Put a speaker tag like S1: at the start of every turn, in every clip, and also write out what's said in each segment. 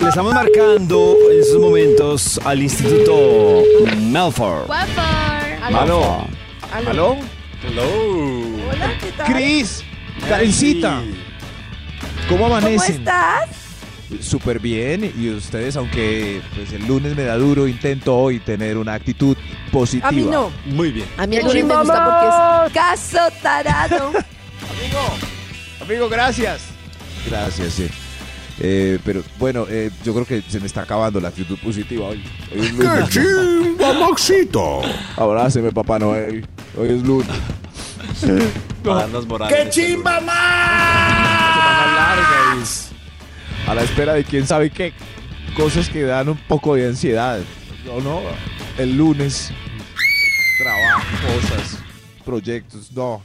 S1: Le estamos marcando en estos momentos al Instituto Melford. Aló.
S2: ¿Aló?
S3: Hello.
S2: Hola, ¿qué tal?
S4: Cris, Karencita, ¿cómo
S2: ¿Cómo
S4: amanecen?
S2: estás?
S4: Súper bien, y ustedes, aunque pues, el lunes me da duro, intento hoy tener una actitud positiva.
S2: A mí no.
S1: Muy bien.
S5: A mí
S2: El
S5: el lunes me
S2: chimbo
S5: gusta porque es
S2: Caso tarado.
S4: Amigo, amigo, gracias. Gracias, sí. Eh, pero bueno, eh, yo creo que se me está acabando la actitud positiva hoy. Hoy es
S6: ¡Qué
S4: lunes.
S6: chimba, Maxito!
S4: Abráceme, papá Noel. Hoy es lunes.
S1: Para
S4: Ah.
S1: darnos moral. en
S3: ¡Qué
S1: este
S3: chimba,
S1: lunes.
S3: Max!
S1: Larga es-
S4: A la espera de quién sabe qué cosas que dan un poco de ansiedad. No, no. El lunes. Trabajo, cosas, proyectos, no.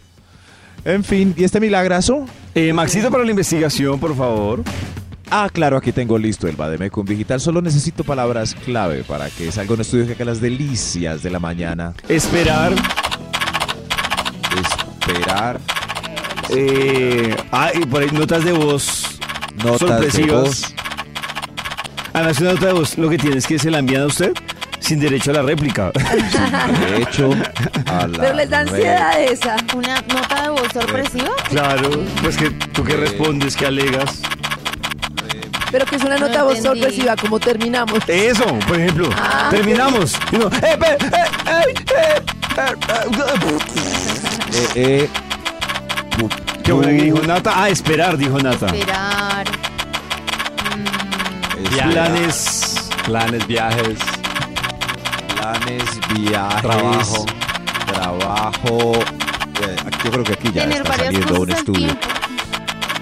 S4: En fin, ¿y este milagrazo?
S1: Eh, Maxito, para la investigación, por favor.
S4: Ah, claro, aquí tengo listo el Bademecum Digital. Solo necesito palabras clave para que salga un estudio que haga las delicias de la mañana.
S1: Esperar.
S4: Esperar
S1: Eh, ah, y por ahí notas de voz.
S4: notas de
S1: Sorpresivas.
S4: voz.
S1: Además, una nota de voz. Lo que tienes que se la envían a usted sin derecho a la réplica.
S4: sin derecho a la
S2: Pero les da
S4: red.
S2: ansiedad esa.
S5: una nota de voz sorpresiva.
S1: claro. Pues que tú
S4: Eh,
S1: que respondes, que alegas.
S2: Pero que es una
S5: No
S2: nota de voz
S5: entendí.
S2: sorpresiva, como terminamos.
S1: Eso, por ejemplo.
S4: Ah.
S1: terminamos. Y uno, "Eh, pe- eh, eh, eh, eh,
S4: Eh, eh, pu-
S1: eh". Qué buena que dijo Nata. Ah, esperar, dijo Nata.
S5: Esperar. Mm,
S4: esperar.
S1: Planes.
S3: Planes, viajes.
S4: planes, viajes,
S3: Trabajo.
S4: trabajo. Eh, aquí- yo creo que aquí ya
S5: tener
S4: está
S5: varias
S4: saliendo un
S5: cosas al
S4: estudio
S5: tiempo.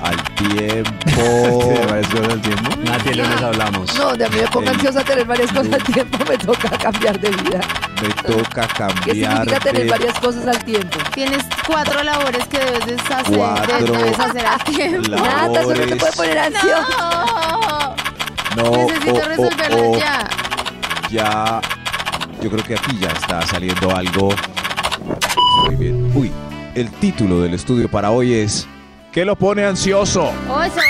S4: al tiempo.
S3: Nati, el lunes hablamos.
S2: No, de a mí me
S4: El-
S2: pongo ansiosa tener varias cosas al tiempo, me toca cambiar de vida.
S4: Me toca
S2: ¿Qué
S4: cambiar
S2: significa tener
S4: de
S2: varias cosas al tiempo?
S5: Tienes cuatro labores que debes deshacer,
S4: Cuatro
S5: de- debes hacer a tiempo.
S2: Nada, eso no te puede
S4: labores.
S2: poner ansiosa.
S5: No.
S4: No,
S5: Necesito
S4: oh, oh,
S5: resolverlo
S4: oh,
S5: ya.
S4: ya. Yo creo que aquí ya está saliendo algo. Estoy bien. Uy, el título del estudio para hoy es ¿Qué lo pone ansioso?
S5: Oso, oso, oso.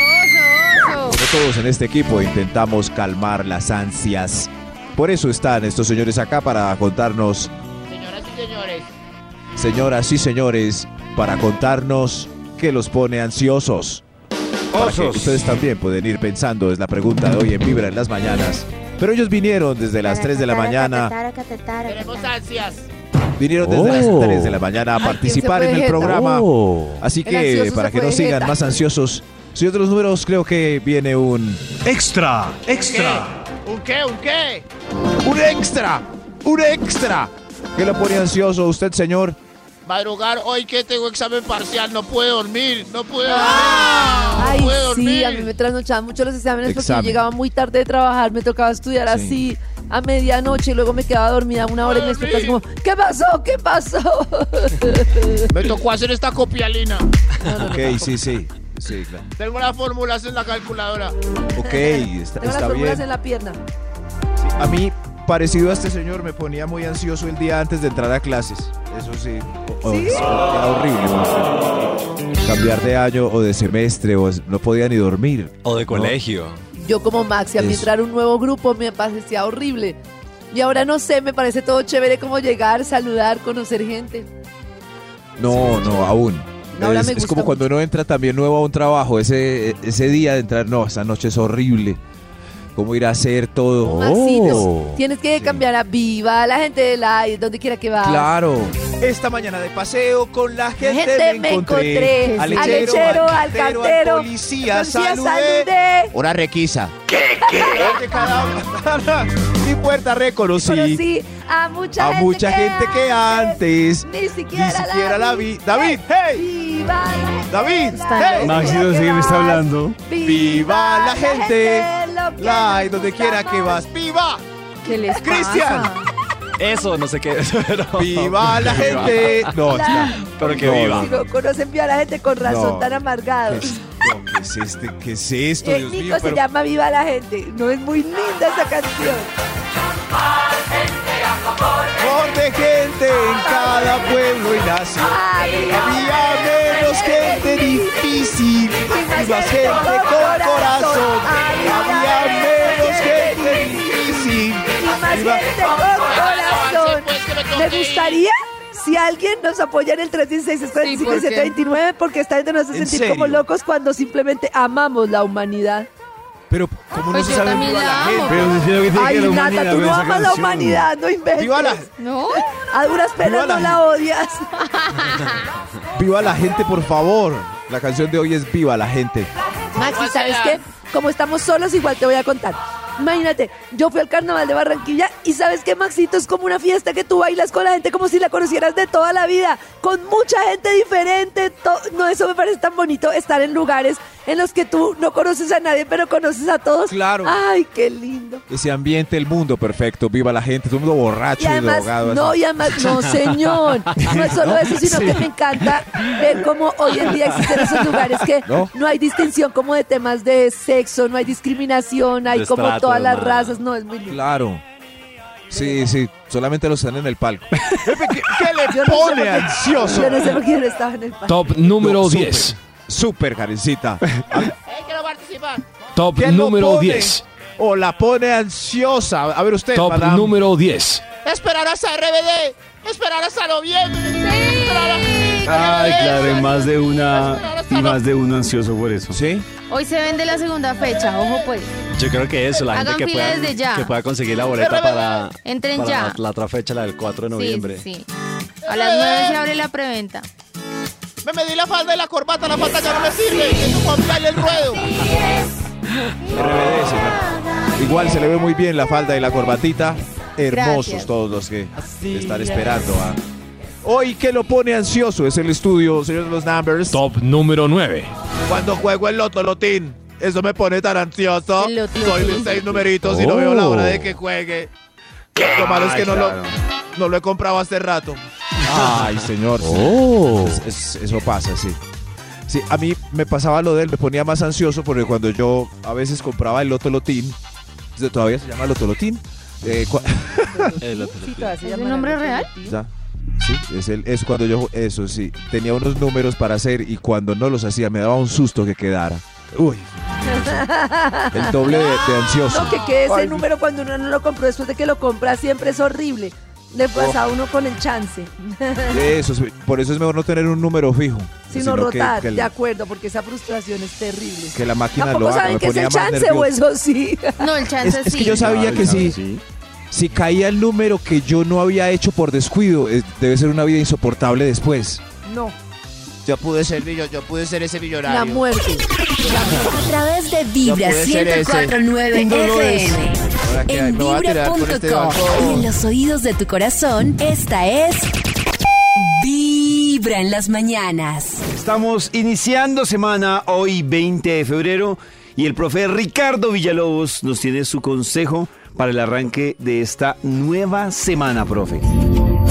S4: No Todos en este equipo intentamos calmar las ansias. Por eso están estos señores acá para contarnos. Señoras y señores. Señoras y señores, para contarnos qué los pone ansiosos. Para que
S1: Osos.
S4: ustedes también pueden ir pensando, es la pregunta de hoy en Vibra en las mañanas. Pero ellos vinieron desde las 3 de la mañana, vinieron desde
S3: Oh.
S4: las 3 de la mañana a
S2: Ay, ¿quién
S4: participar
S2: se fue
S4: en el
S2: jeta?
S4: programa. Así
S2: El
S4: que
S2: ansioso
S4: para
S2: se
S4: que
S2: fue
S4: no
S2: de
S4: sigan
S2: jeta.
S4: más ansiosos, señor de los números, creo que viene un
S3: Extra, extra.
S7: ¿Un qué? ¿Un qué?
S4: ¡Un extra! ¡Un extra! ¿Qué lo pone ansioso usted, señor?
S7: Madrugar hoy que tengo examen parcial, no puedo dormir, no puedo
S2: Ah.
S7: dormir.
S2: Ay,
S7: No puedo
S2: sí,
S7: dormir.
S2: a mí me trasnochaban mucho los exámenes porque
S4: Examen.
S2: yo llegaba muy tarde de trabajar, me tocaba estudiar
S4: Sí.
S2: así a medianoche y luego me quedaba dormida una hora y me despertaba así como, ¿qué pasó? ¿Qué pasó?
S7: Me tocó hacer esta copialina.
S4: Ok, sí, sí. Sí, claro.
S7: Tengo las fórmulas en la calculadora.
S4: Ok, está,
S2: Tengo las
S4: está
S2: fórmulas en
S4: bien.
S2: la pierna.
S4: A mí, parecido a este señor, me ponía muy ansioso el día antes de entrar a clases. Eso sí. O- o-
S2: ¿Sí?
S4: Era horrible. Cambiar de año o de semestre, o no podía ni dormir.
S3: O de colegio.
S2: Yo como Maxi, a mí
S4: Eso.
S2: entrar a un nuevo grupo me parecía horrible. Y ahora no sé, me parece todo chévere como llegar, saludar, conocer gente.
S4: No, no, aún.
S2: No, ahora
S4: es,
S2: me
S4: es
S2: gusta
S4: como cuando
S2: mucho.
S4: uno entra también nuevo a un trabajo, ese, ese día de entrar, no, esa noche es horrible. ¿Cómo ir a hacer todo? Oh.
S2: Maxito, tienes que
S4: Sí.
S2: cambiar a viva la gente del aire, donde quiera que vas.
S4: Claro. Esta mañana de paseo con la gente,
S2: Gente,
S4: me
S2: me
S4: encontré.
S2: encontré.
S4: Al
S2: Al
S4: lechero,
S2: lechero,
S4: al cartero,
S2: al
S4: al
S2: cartero,
S4: policía,
S2: Policía,
S4: saludé.
S2: saludé.
S4: Hora requisa. ¿Qué? ¿Qué? puerta reconocí
S2: Conocí a
S4: a
S2: mucha gente
S4: mucha
S2: que
S4: gente que antes
S2: ni siquiera,
S4: ni siquiera la vi. David, hey,
S2: Viva la
S4: David,
S2: gente,
S4: hey.
S2: donde
S1: Maxito,
S2: quiera que
S1: sí me está
S2: vas.
S1: hablando.
S4: viva la gente,
S2: lo que
S4: la
S2: nos
S4: hay donde
S2: gusta
S4: quiera que
S2: más.
S4: vas, viva,
S5: ¿Qué les
S4: Cristian.
S5: pasa?
S3: Eso, no sé qué. pero-
S4: viva la
S3: Viva.
S4: gente. No,
S2: La-
S3: Pero que
S4: No,
S3: viva.
S2: Si no conocen bien a la gente con razón
S4: No.
S2: tan amargados.
S4: no, ¿qué es este? ¿Qué es esto?
S2: El
S4: Dios mío,
S2: Nico se
S4: pero-
S2: llama Viva la gente. No es muy linda esa canción.
S4: Por de gente en cada pueblo y nación. Había menos gente difícil y más gente con corazón. Había menos gente difícil
S2: Y más
S4: y más-
S2: gente con corazón.
S7: Pues, que me tengo
S2: Me
S7: que ir.
S2: gustaría si alguien nos apoya en el 316 377 porque esta gente nos hace
S4: ¿En
S2: sentir
S4: serio?
S2: como locos cuando simplemente amamos la humanidad.
S4: Pero, ¿cómo no
S5: Pues
S4: se
S5: yo
S4: sabe
S5: también
S4: viva la
S5: la amo.
S4: gente?
S1: Pero se tiene que tiene
S2: Ay,
S1: que la
S2: Nata,
S1: humanidad
S2: tú
S1: con
S2: no
S1: esa
S2: amas la
S1: canción.
S2: humanidad, no inventes.
S4: Viva la,
S5: ¿No?
S2: A duras penas
S4: Viva la
S2: no la odias.
S4: viva la gente, por favor. La canción de hoy es Viva la gente.
S2: Maxi, ¿sabes qué? Como estamos solos, igual te voy a contar. Imagínate, yo fui al carnaval de Barranquilla y ¿sabes qué, Maxito? Es como una fiesta que tú bailas con la gente como si la conocieras de toda la vida, con mucha gente diferente. to- No, eso me parece tan bonito, estar en lugares en los que tú no conoces a nadie, pero conoces a todos.
S4: Claro.
S2: Ay, qué lindo.
S4: Ese ambiente, el mundo perfecto. Viva la gente. Todo el mundo borracho
S2: Y
S4: y,
S2: además,
S4: drogado.
S2: no,
S4: así.
S2: y además, no, señor. No es solo eso, sino que me encanta ver cómo hoy en día existen esos lugares que
S4: ¿No?
S2: no, hay distinción como de temas de sexo, no hay discriminación, hay
S3: De
S2: como
S3: estrato,
S2: todas las
S3: nada.
S2: razas. No, es muy lindo.
S4: Claro. Sí, sí. Solamente los están en el palco. ¿Qué, qué le
S2: Yo no sé por
S4: pone
S2: qué-
S4: ansioso?
S2: Yo no sé por qué yo no estaba en el parque.
S8: Top número
S4: No, súper,
S8: 10.
S4: Súper, Karencita.
S7: Eh, quiero participar.
S8: Top
S4: ¿Quién lo
S8: número
S4: pone?
S8: 10.
S4: O la pone ansiosa. A ver usted,
S8: Top
S4: madame.
S8: número 10.
S7: Esperar hasta RBD. Esperar hasta noviembre. Esperar a-
S1: Ay,
S7: RBD,
S1: claro, y más de
S7: esperar
S1: una
S7: hasta
S1: y más de uno ansioso por eso.
S4: ¿Sí?
S5: Hoy se vende la segunda fecha, ojo pues.
S3: Yo creo que eso, la gente
S5: Hagan
S3: que
S5: fila
S3: pueda,
S5: desde ya.
S3: que pueda conseguir la boleta para,
S5: Entren
S3: para
S5: ya.
S3: La, la otra fecha, la del 4 de
S5: Sí,
S3: noviembre.
S5: sí. A las 9 se abre la preventa.
S7: Me medí la falda y la corbata, la falda ya no me sirve. Tengo que ampliarle el ruedo.
S4: RBD, señor. Igual se le ve muy bien la falda y la corbatita. Hermosos
S5: Gracias.
S4: todos los que están esperando. ah. Hoy, ¿qué lo pone ansioso? Es el estudio, señor de los numbers.
S8: Top número 9.
S4: Cuando juego el lotolotín, eso me pone tan ansioso.
S5: El lotolotín.
S4: Soy de seis numeritos y no veo la hora de que juegue. Lo malo es que no, lo, no lo he comprado hace rato.
S8: Oh.
S4: Ay, señor. Es- es- eso pasa, sí. Sí, a mí me pasaba lo del, me ponía más ansioso porque cuando yo a veces compraba el lotolotín, de- todavía se llama lotolotín. eh, cua-
S5: ¿Es un nombre real?
S4: ya, sí, es, el, es cuando yo, eso sí, tenía unos números para hacer y cuando no los hacía me daba un susto que quedara. Uy. El doble de, de ansioso.
S2: No, que quede ese número cuando uno no lo compró después de que lo compra siempre es horrible. Le pasa
S4: Oh.
S2: a uno con el chance,
S4: Eso, sí, por eso es mejor no tener un número fijo.
S2: sino rotar,
S4: que, que,
S2: de acuerdo, porque esa frustración es terrible.
S4: que la máquina lo
S2: Tampoco
S4: haga.
S2: saben
S4: me
S2: que es
S4: ponía más
S2: el chance pues, o
S4: nervioso.
S2: eso sí.
S5: No, el
S4: Es,
S5: chance
S4: es
S5: sí.
S4: que yo sabía que si, si caía el número que yo no había hecho por descuido, eh, debe ser una vida insoportable después.
S2: No,
S7: Yo pude ser millo- yo pude ser ese
S2: la
S7: millonario.
S2: muerte.
S9: A través de Vibra
S7: No puede ser ese.
S9: 1049 FM.
S4: Ahora que
S9: En
S4: me voy a tirar
S9: vibra.com
S4: con este
S9: y en los oídos de tu corazón, esta es Vibra en las mañanas.
S1: Estamos iniciando semana hoy 20 de febrero y el profe Ricardo Villalobos nos tiene su consejo para el arranque de esta nueva semana, profe.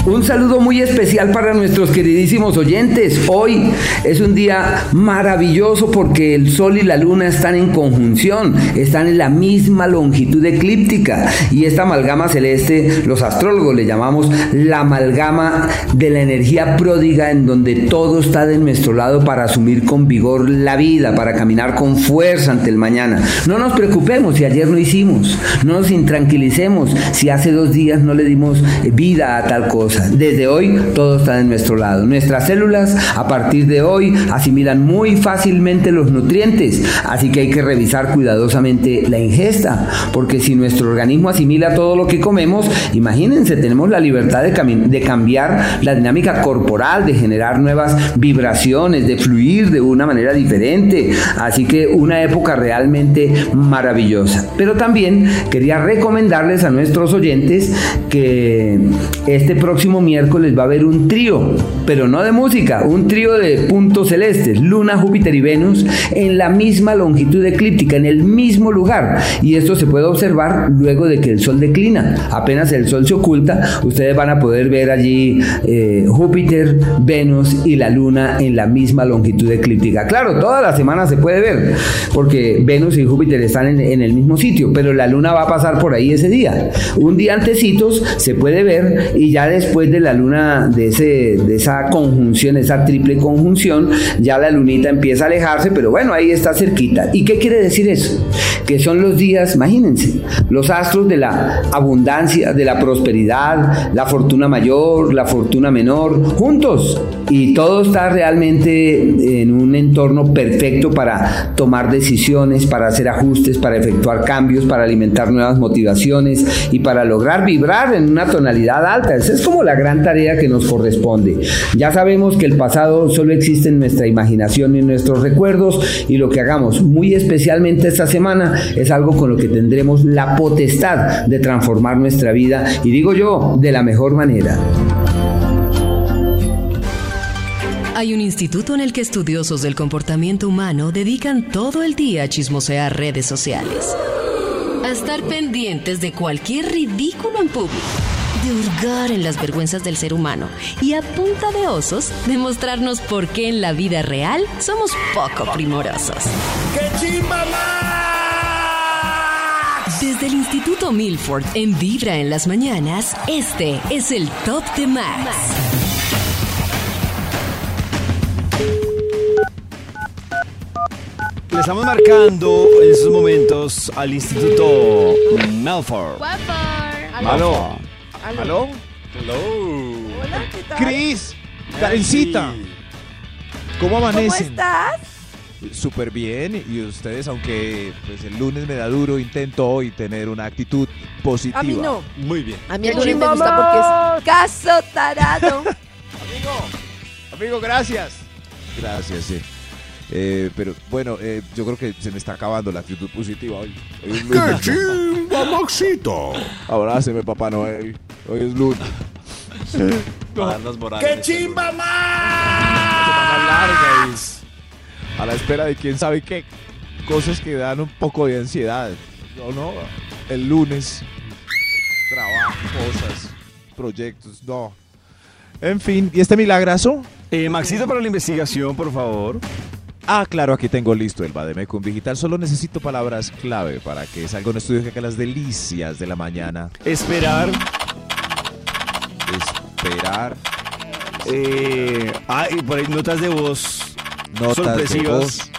S10: Un saludo muy especial para nuestros queridísimos oyentes. Hoy es un día maravilloso porque el Sol y la Luna están en conjunción, están en la misma longitud eclíptica y esta amalgama celeste, los astrólogos le llamamos la amalgama de la energía pródiga en donde todo está de nuestro lado para asumir con vigor la vida, para caminar con fuerza ante el mañana. No nos preocupemos si ayer no hicimos, no nos intranquilicemos si hace dos días no le dimos vida a tal cosa. fuerza. Desde hoy todo está de nuestro lado. Nuestras células a partir de hoy asimilan muy fácilmente los nutrientes, así que hay que revisar cuidadosamente la ingesta, porque si nuestro organismo asimila todo lo que comemos, imagínense, tenemos la libertad de, cami- de cambiar la dinámica corporal, de generar nuevas vibraciones, de fluir de una manera diferente. Así que una época realmente maravillosa. Pero también quería recomendarles a nuestros oyentes que este próximo miércoles va a haber un trío, pero no de música, un trío de puntos celestes, Luna, Júpiter y Venus, en la misma longitud eclíptica, en el mismo lugar. Y esto se puede observar luego de que el Sol declina. Apenas el Sol se oculta, ustedes van a poder ver allí eh, Júpiter, Venus y la Luna en la misma longitud eclíptica. Claro, toda la semana se puede ver, porque Venus y Júpiter están en, en el mismo sitio, pero la Luna va a pasar por ahí ese día. Un día antecitos se puede ver y ya después de la Luna, de, ese, de esa conjunción, esa triple conjunción, ya la Lunita empieza a alejarse, pero bueno, ahí está cerquita. ¿Y qué quiere decir eso? Que son los días, imagínense, los astros de la abundancia, de la prosperidad, la fortuna mayor, la fortuna menor, juntos. Y todo está realmente en un entorno perfecto para tomar decisiones, para hacer ajustes, para efectuar cambios, para alimentar nuevas motivaciones y para lograr vibrar en una tonalidad alta. Esa es como la gran tarea que nos corresponde. Ya sabemos que el pasado solo existe en nuestra imaginación y en nuestros recuerdos y lo que hagamos muy especialmente esta semana es algo con lo que tendremos la potestad de transformar nuestra vida y digo yo de la mejor manera.
S9: Hay un instituto en el que estudiosos del comportamiento humano dedican todo el día a chismosear redes sociales. A estar pendientes de cualquier ridículo en público. De hurgar en las vergüenzas del ser humano. Y a punta de osos, demostrarnos por qué en la vida real somos poco primorosos.
S6: ¡Qué chimba
S9: Desde el Instituto Milford, en Vibra en las Mañanas, este es el Top de Max.
S1: Le estamos marcando en estos momentos al Instituto Melford.
S4: Aló. Aló.
S3: Hello.
S2: Hola, ¿qué tal?
S4: Cris. Karencita. ¿Cómo
S2: ¿Cómo
S4: amanecen?
S2: estás?
S4: Súper bien. Y ustedes, aunque pues, el lunes me da duro, intento hoy tener una actitud positiva.
S2: A mí no.
S3: Muy bien.
S2: A mí el lunes me gusta porque es caso tarado.
S4: Amigo, amigo, gracias. Gracias, sí. Eh, pero bueno, eh, yo creo que se me está acabando la actitud positiva hoy. Hoy es
S6: ¡Qué
S4: lunes.
S6: chimba Maxito!
S4: Abráceme, papá Noel. Hoy es lunes.
S3: Para darnos moral en
S6: ¡Qué
S3: este
S6: chimba
S4: Semana larga y a la espera de quién sabe qué cosas que dan un poco de ansiedad. No, no. El lunes. Trabajo, cosas, proyectos, no. En fin, ¿y este milagrazo?
S1: Eh, Maxito para la investigación, por favor.
S4: Ah, claro, aquí tengo listo el Bademecum Digital. Solo necesito palabras clave para que salga un estudio que haga las delicias de la mañana.
S1: Esperar.
S4: Esperar
S1: Eh, ah, y por ahí notas de voz.
S4: notas de
S1: Sorpresivas.
S4: voz.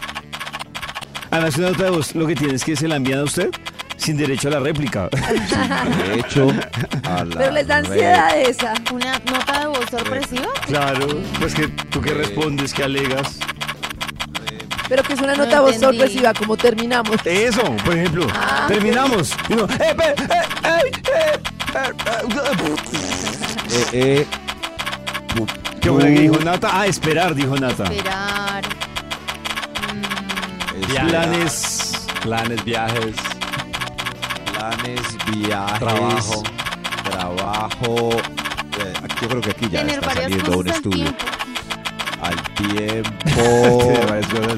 S1: Además, una nota de voz. Lo que tienes que se la envían a usted sin derecho a la réplica.
S4: De hecho, a la
S2: Pero les da
S4: red.
S2: ansiedad esa.
S5: Una nota de voz sorpresiva.
S1: claro. Pues que tú que respondes, que alegas.
S2: Pero que es una
S5: No
S2: nota voz
S5: entendí.
S2: sorpresiva, como pues, terminamos. Ah,
S1: Eso, por ejemplo. Terminamos. Y uno, "Eh, pe- eh, eh, eh, eh, eh".
S4: Eh, eh, bu-
S1: Qué buena que dijo Nata. Ah, esperar, dijo Nata.
S5: Esperar. Mm.
S4: Esperar.
S1: Planes.
S3: Planes, viajes.
S4: planes, viajes,
S3: Trabajo.
S4: trabajo. Eh, aquí- yo creo que aquí ya
S5: Tener
S4: está
S5: varias
S4: saliendo un
S5: cosas al
S4: estudio
S5: tiempo.
S4: al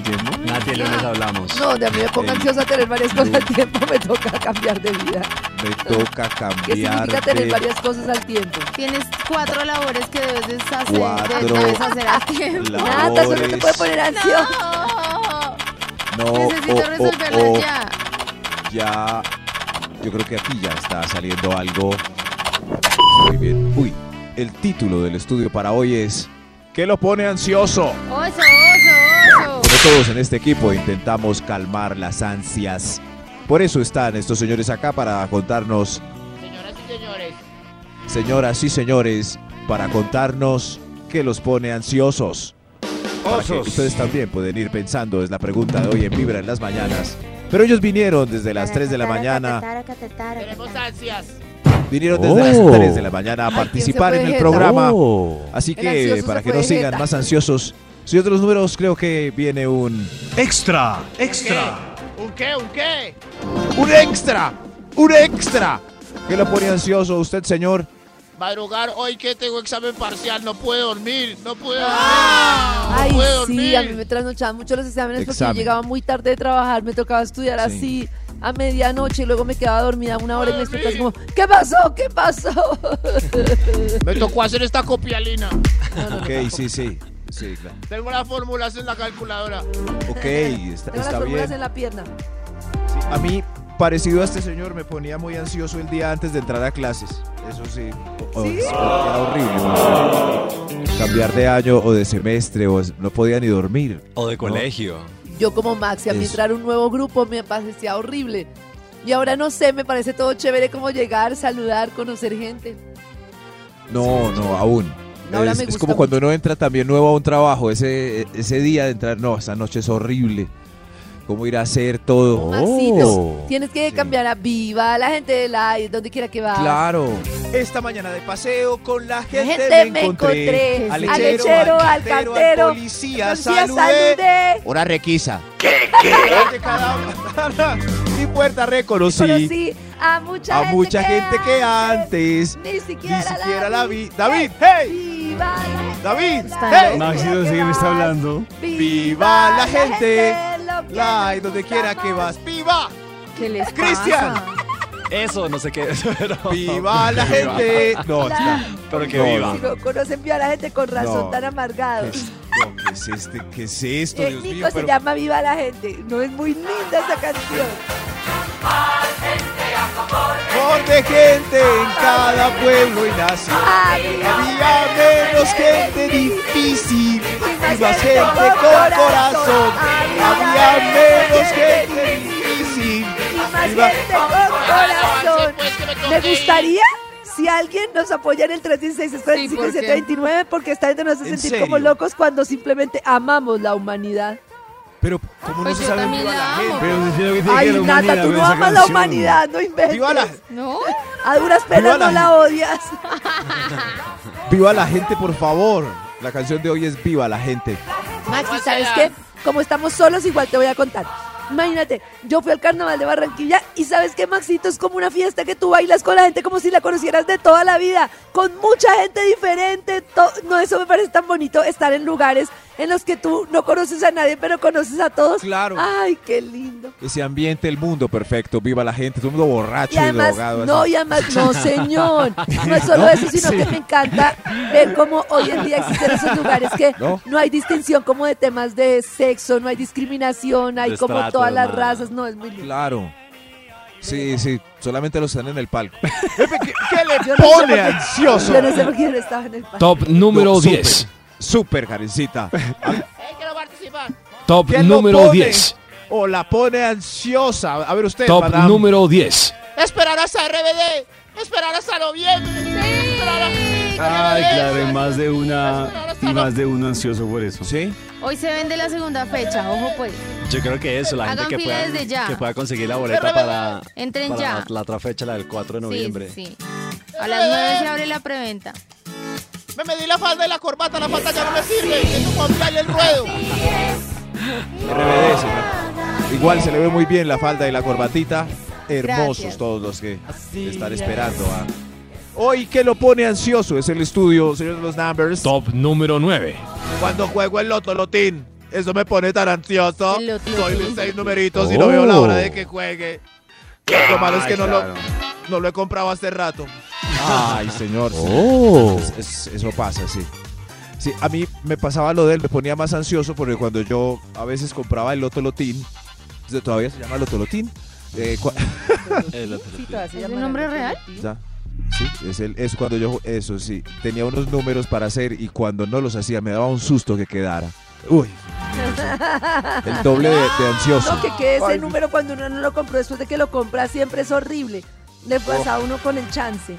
S4: tiempo.
S3: Nati, el lunes hablamos.
S2: No, de a mí me pongo
S4: Eh,
S2: ansiosa tener varias cosas al
S4: eh.
S2: tiempo, me toca cambiar de vida.
S4: Me toca
S2: ¿Qué significa
S4: cambiar
S2: tener
S4: de
S2: varias cosas al tiempo?
S5: Tienes cuatro labores que debes deshacer,
S4: Cuatro
S5: de- debes hacer a tiempo.
S2: Nada, eso no te
S4: labores.
S2: puede poner ansiosa.
S5: No.
S4: No,
S5: Necesito
S4: oh, oh,
S5: resolverlas
S4: oh,
S5: ya.
S4: ya. Yo creo que aquí ya está saliendo algo. Muy bien. Uy, el título del estudio para hoy es ¿Qué lo pone ansioso?
S5: Oso, oso, oso.
S4: Todos en este equipo intentamos calmar las ansias. Por eso están estos señores acá para contarnos,
S7: Señoras y señores,
S4: señoras y señores, para contarnos qué los pone ansiosos. Para que
S1: Osos.
S4: ustedes también pueden ir pensando, es la pregunta de hoy en Vibra en las mañanas. Pero ellos vinieron desde las 3 de la mañana,
S7: Tenemos ansias.
S4: vinieron desde las
S8: Oh.
S4: 3 de la mañana a
S5: ¿quién se
S4: participar
S5: fue
S4: en el
S5: Jeta? Oh.
S4: programa. Así
S5: El
S4: que
S5: ansioso
S4: para
S5: se
S4: que
S5: fue
S4: no
S5: de
S4: sigan
S5: jeta.
S4: más ansiosos, señor de los números, creo que viene un...
S6: Extra,
S7: ¿Qué?
S6: extra.
S7: ¿Un qué? ¿Un qué?
S4: ¡Un extra! ¡Un extra! ¿Qué lo pone ansioso usted, señor?
S7: Madrugar hoy que tengo examen parcial, no puedo dormir, no puedo dormir.
S2: Ah. Ay,
S7: no puedo
S2: sí, a mí me
S7: dormir.
S2: trasnochaban mucho los exámenes porque
S4: Examen.
S2: yo llegaba muy tarde de trabajar, me tocaba estudiar así a medianoche y luego me quedaba dormida una hora y me despertaba así como, ¿qué pasó? ¿Qué pasó?
S7: Me tocó hacer esta copialina.
S4: Ok, sí, sí. Sí, claro.
S7: Tengo las fórmulas en la calculadora.
S4: Ok, está,
S2: Tengo las
S4: está
S2: fórmulas
S4: bien.
S2: en la pierna.
S4: A mí, parecido a este señor, me ponía muy ansioso el día antes de entrar a clases. Eso sí. o- o-
S2: ¿Sí?
S4: Era horrible. Cambiar de año o de semestre, o es- no podía ni dormir.
S3: O de colegio.
S2: Yo como Maxi, a mí
S4: Eso.
S2: entrar a un nuevo grupo me parecía horrible. Y ahora no sé, me parece todo chévere como llegar, saludar, conocer gente.
S4: No, no, aún.
S2: No, ahora
S4: es,
S2: me
S4: es
S2: gusta
S4: como cuando uno entra también nuevo a un trabajo, ese, ese día de entrar, no, esa noche es horrible. ¿Cómo ir a hacer todo? Oh.
S2: Maxito, tienes que
S4: Sí.
S2: cambiar a viva la gente del aire, donde quiera que vas.
S4: Claro. Esta mañana de paseo con la
S2: La
S4: gente,
S2: gente me encontré,
S4: Al
S2: al
S4: lechero,
S2: lechero,
S4: al
S2: al
S4: cartero, al
S2: cartero,
S4: policía,
S2: policía,
S4: saludé.
S2: saludé.
S4: Hora requisa. Y puerta reconocí
S2: Conocí a mucha
S4: a
S2: gente
S4: mucha
S2: que
S4: gente que antes
S2: Ni siquiera,
S4: ni siquiera la vi.
S2: Eh,
S4: David, hey,
S2: Viva la gente.
S4: David,
S5: Está
S4: hey.
S2: Maxito, sí que me está hablando.
S4: Viva la gente.
S2: lo que
S4: La
S2: nos
S4: hay donde
S2: gusta
S4: quiera que
S2: más.
S4: vas. ¡Viva!
S5: ¿Qué les
S4: ¡Cristian!
S5: pasa?
S3: Eso, no sé qué. Pero,
S4: ¡Viva la gente! No,
S2: La-
S4: está-
S3: Pero que
S4: No,
S3: viva.
S2: Si no conocen bien a la gente con razón
S4: No.
S2: tan amargados.
S4: No, ¿Qué es este? ¿Qué es esto?
S2: El
S4: Dios
S2: Nico
S4: mío,
S2: se
S4: pero-
S2: llama Viva la gente. No es muy linda esa canción.
S4: Por de gente en cada pueblo y nación. Había menos gente difícil y más gente con corazón. Había menos gente difícil
S2: Y más
S4: y más-
S2: gente con corazón. Me gustaría si alguien nos apoya en el 316 729 porque esta gente nos
S4: ¿En
S2: hace sentir
S4: serio?
S2: como locos cuando simplemente amamos la humanidad.
S4: Pero, ¿cómo no
S5: Pues
S4: se
S5: yo
S4: sabe
S5: también
S4: viva la
S5: la amo.
S4: gente?
S2: Ay, Nata, tú no amas la humanidad, no inventes.
S4: Viva la,
S5: ¿No?
S2: A duras penas
S4: Viva la
S2: no la odias.
S4: viva la gente, por favor. La canción de hoy es Viva la gente.
S2: Maxi, ¿sabes qué? Como estamos solos, igual te voy a contar. Imagínate, yo fui al carnaval de Barranquilla y sabes que Maxito es como una fiesta que tú bailas con la gente como si la conocieras de toda la vida, con mucha gente diferente. to- No, eso me parece tan bonito estar en lugares en los que tú no conoces a nadie, pero conoces a todos.
S4: Claro.
S2: Ay, qué lindo.
S4: Ese ambiente, el mundo perfecto. Viva la gente. Todo el mundo borracho
S2: Y
S4: y,
S2: además,
S4: drogado.
S2: no,
S4: así.
S2: y además, no, señor. No es solo eso, sino que me encanta ver cómo hoy en día existen esos lugares que
S4: ¿No?
S2: no, hay distinción como de temas de sexo, no hay discriminación, hay
S3: De
S2: como
S3: estrato,
S2: todas las
S3: hermano.
S2: razas. No, es muy lindo.
S4: Claro. Sí, sí, solamente los están en el palco. ¿Qué, le
S2: Yo no sé por qué-
S4: ansioso?
S2: Yo no sé por qué yo no estaba en el parque.
S8: Top número
S4: No, súper,
S8: 10.
S4: Súper, Karencita.
S7: Eh, quiero participar.
S8: Top
S4: ¿Quién lo
S8: número
S4: pone?
S8: 10.
S4: O la pone ansiosa. A ver usted,
S8: Top
S4: madame.
S8: número 10.
S7: Esperar hasta RBD. Esperar hasta noviembre. Esperar hasta-
S6: Ay, claro, hay más de una
S7: Esperar hasta
S6: y más de uno ansioso por eso.
S4: ¿Sí?
S5: Hoy se vende la segunda fecha, ojo pues.
S3: Yo creo que eso, la gente
S5: Hagan
S3: que
S5: fila
S3: pueda,
S5: desde ya.
S3: que pueda conseguir la boleta para,
S5: Entren
S3: para
S5: ya.
S3: La, la otra fecha, la del 4 de
S5: Sí,
S3: noviembre.
S5: sí, sí. A las 9 se abre la preventa.
S7: Me medí la falda y la corbata, la falda ya no me sirve. Tengo que comprarle el ruedo.
S4: RBD, señor. Igual se le ve muy bien la falda y la corbatita. Hermosos
S5: Gracias.
S4: todos los que están esperando. ah. Hoy, ¿qué lo pone ansioso? Es el estudio, señor de los numbers.
S8: Top número 9.
S4: Cuando juego el lotolotín, eso me pone tan ansioso.
S5: El Lotolotín.
S4: Soy mis seis numeritos y no veo
S8: Oh.
S4: la hora de que juegue. Lo malo es que no, lo, no lo he comprado hace rato. Ay, señor. eso pasa, sí. Sí, a mí me pasaba lo de él, me ponía más ansioso porque cuando yo a veces compraba el lotolotín, ¿se- todavía se llama lotolotín. Eh, cua-
S3: El otro.
S2: Sí, todas se
S5: ¿Es
S2: llaman
S5: un nombre
S2: así.
S5: real?
S4: Ya. Sí, es, el, es cuando yo, eso sí, tenía unos números para hacer y cuando no los hacía me daba un susto que quedara. Uy. El doble de, de ansioso.
S2: No, que quede ese
S4: Ay,
S2: número cuando uno no lo compró después de que lo compra siempre es horrible. Le pasa a uno con el chance,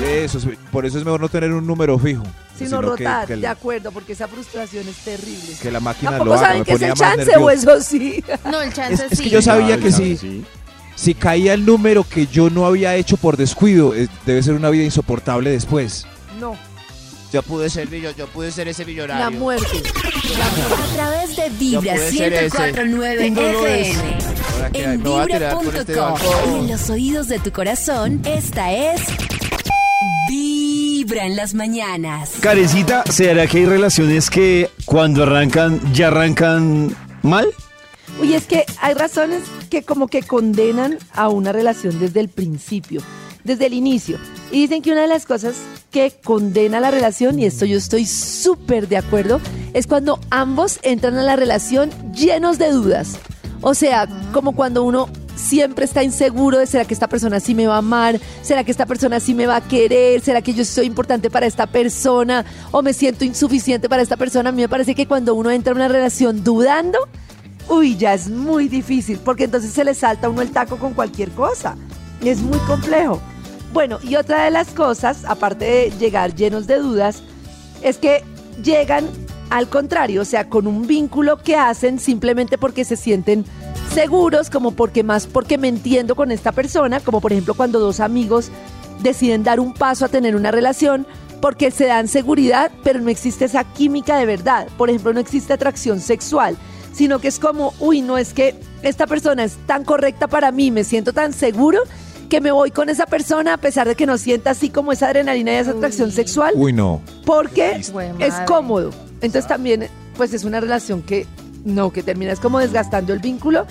S4: Eso Oh. es- por eso es mejor no tener un número fijo.
S2: sino
S4: que-
S2: rotar,
S4: que el-
S2: de acuerdo, porque esa frustración es terrible.
S4: que la máquina lo
S2: Tampoco
S4: haga,
S2: Ah, pues, saben
S4: me
S2: que es
S4: ponía
S2: el
S4: más
S2: chance,
S4: nervioso.
S2: o eso sí.
S5: No, el chance
S4: Es, es
S5: sí.
S4: que yo sabía que
S6: sí.
S4: si, si caía el número que yo no había hecho por descuido, eh, debe ser una vida insoportable después.
S2: No,
S7: Yo pude ser millo- yo pude ser ese millonario.
S2: la muerte.
S9: A través de Vibra
S7: Yo pude ser ese.
S9: 104.9
S7: Tengo lo de
S9: FM.
S7: Ahora que
S9: En
S7: me voy a tirar por este
S9: vibra.com.
S7: banco.
S9: Y en los oídos de tu corazón, esta es. Vibra en las mañanas.
S1: Karencita, ¿será que hay relaciones que cuando arrancan, ya arrancan mal?
S2: Uy, es que hay razones que como que condenan a una relación desde el principio, desde el inicio. Y dicen que una de las cosas que condena la relación, y esto yo estoy súper de acuerdo, es cuando ambos entran a la relación llenos de dudas. O sea, como cuando uno siempre está inseguro de será que esta persona sí me va a amar, será que esta persona sí me va a querer, será que yo soy importante para esta persona o me siento insuficiente para esta persona. A mí me parece que cuando uno entra a una relación dudando, uy, ya es muy difícil, porque entonces se le salta a uno el taco con cualquier cosa. Y es muy complejo. Bueno, y otra de las cosas, aparte de llegar llenos de dudas, es que llegan al contrario, o sea, con un vínculo que hacen simplemente porque se sienten seguros, como porque más porque me entiendo con esta persona, como por ejemplo cuando dos amigos deciden dar un paso a tener una relación porque se dan seguridad, pero no existe esa química de verdad. Por ejemplo, no existe atracción sexual, sino que es como, uy, no es que esta persona es tan correcta para mí, me siento tan seguro que me voy con esa persona a pesar de que no sienta así como esa adrenalina y esa atracción
S5: Uy.
S2: sexual
S4: Uy, no.
S2: porque
S5: Güey,
S2: es
S5: madre.
S2: cómodo. Entonces también, pues es una relación que no, que terminas como desgastando el vínculo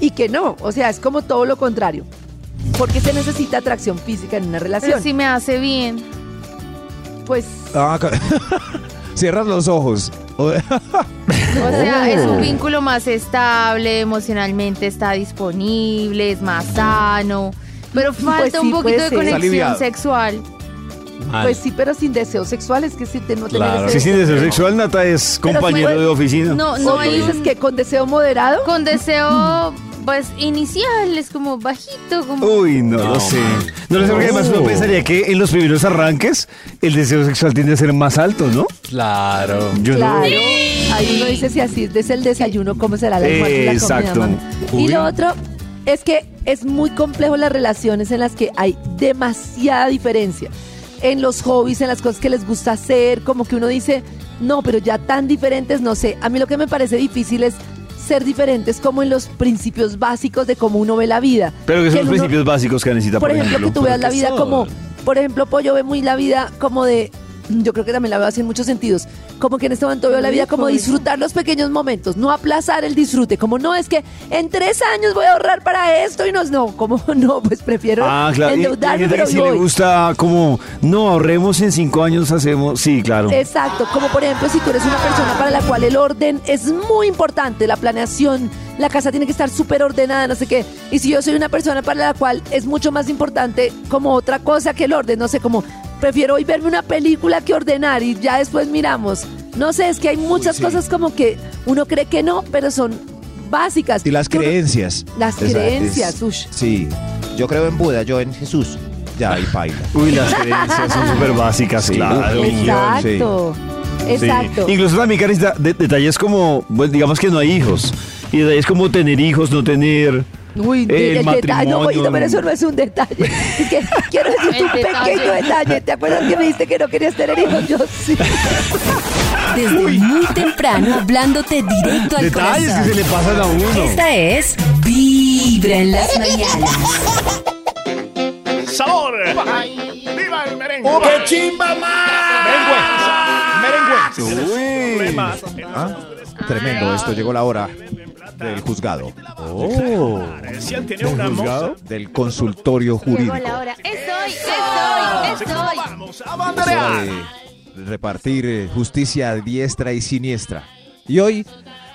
S2: y que no, o sea, es como todo lo contrario. Porque se necesita atracción física en una
S5: Pero
S2: relación.
S5: si me hace bien.
S2: Pues
S4: Ah, ca- Cierras los ojos.
S5: O sea, es un vínculo más estable, emocionalmente está disponible, es más sano. Pero falta
S2: Pues sí,
S5: un poquito
S2: puede
S5: de
S2: ser. Está
S5: conexión
S4: aliviado.
S5: sexual.
S2: pues sí, pero sin deseos sexuales, que si te, no tener
S3: Claro.
S2: ese
S1: Si sin
S2: deseo.
S1: deseo sexual, Nata es
S2: Pero
S1: compañero
S2: sí,
S1: de oficina.
S5: No,
S2: O
S5: no
S2: tú
S5: hay
S2: dices
S5: un-
S2: que con deseo moderado,
S5: con deseo pues inicial, es como bajito, como
S1: Uy, no,
S3: No,
S1: lo sé.
S3: man.
S1: No lo sé, porque además uno
S3: No.
S1: pensaría que en los primeros arranques el deseo sexual tiende a ser más alto, ¿no?
S3: Claro.
S1: Yo no-
S2: claro. Ahí uno dice si así es el desayuno, cómo será la almuerzo y la comida,
S1: Exacto.
S2: mami? Y lo otro es que es muy complejo las relaciones en las que hay demasiada diferencia. En los hobbies, en las cosas que les gusta hacer, como que uno dice, no, pero ya tan diferentes, no sé. A mí lo que me parece difícil es ser diferentes como en los principios básicos de cómo uno ve la vida.
S1: Pero que son los
S2: el uno-
S1: principios básicos que necesita,
S2: por ejemplo, que tú veas la vida
S3: son.
S2: como, por ejemplo, Pollo ve muy la vida como de, yo creo que también la veo así en muchos sentidos, como que en este momento veo la vida como disfrutar los pequeños momentos, no aplazar el disfrute, como no es que en tres años voy a ahorrar para esto y no, no, como no, pues prefiero
S1: Ah, claro. Y- y hay
S2: endeudarme,
S1: gente
S2: pero
S1: que sí le
S2: voy.
S1: gusta como, no, ahorremos en cinco años, hacemos... Sí, claro.
S2: Eh, Exacto, como por ejemplo si tú eres una persona para la cual el orden es muy importante, la planeación, la casa tiene que estar súper ordenada, no sé qué. Y si yo soy una persona para la cual es mucho más importante como otra cosa que el orden, no sé, como prefiero hoy verme una película que ordenar y ya después miramos. No sé, es que hay muchas cosas como que uno cree que no, pero son básicas.
S4: Y las
S2: Que uno-
S4: creencias.
S2: Las
S4: Esa es-
S2: creencias, ush.
S4: Sí.
S7: Yo creo en Buda, yo en Jesús.
S4: Ya, y paila.
S1: Uy, las creencias son súper básicas,
S4: Sí,
S1: claro.
S4: uy,
S2: Exacto.
S1: Sí.
S2: Exacto.
S1: Incluso también, Karencita, de- detalles como, pues, digamos que no hay hijos. Y detalles como tener hijos, no tener...
S2: Uy,
S1: El
S2: de- el, detalle, no,
S1: matrimonio.
S2: pollito, pero eso no es un detalle. Es que quiero decirte
S5: El
S2: un
S5: detalle.
S2: pequeño detalle. ¿Te acuerdas que me dijiste que no querías tener hijos? Yo sí.
S9: Desde muy temprano, hablándote directo al
S1: Detalles que
S9: corazón.
S1: se le pasan a uno.
S9: Esta es Vibra en las mañanas.
S6: ¡Sabor! ¡Viva el merengue! ¡Qué chimba más! ¡Merengue! ¡Merengue!
S4: Ah, Tremendo, esto llegó la hora del juzgado.
S6: tiene un amor.
S4: Del consultorio
S5: llegó
S4: jurídico.
S5: la hora. Estoy, estoy, estoy.
S6: ¡Vamos a
S4: Hora
S6: banderear!
S4: de repartir eh, justicia a diestra y siniestra. Y hoy,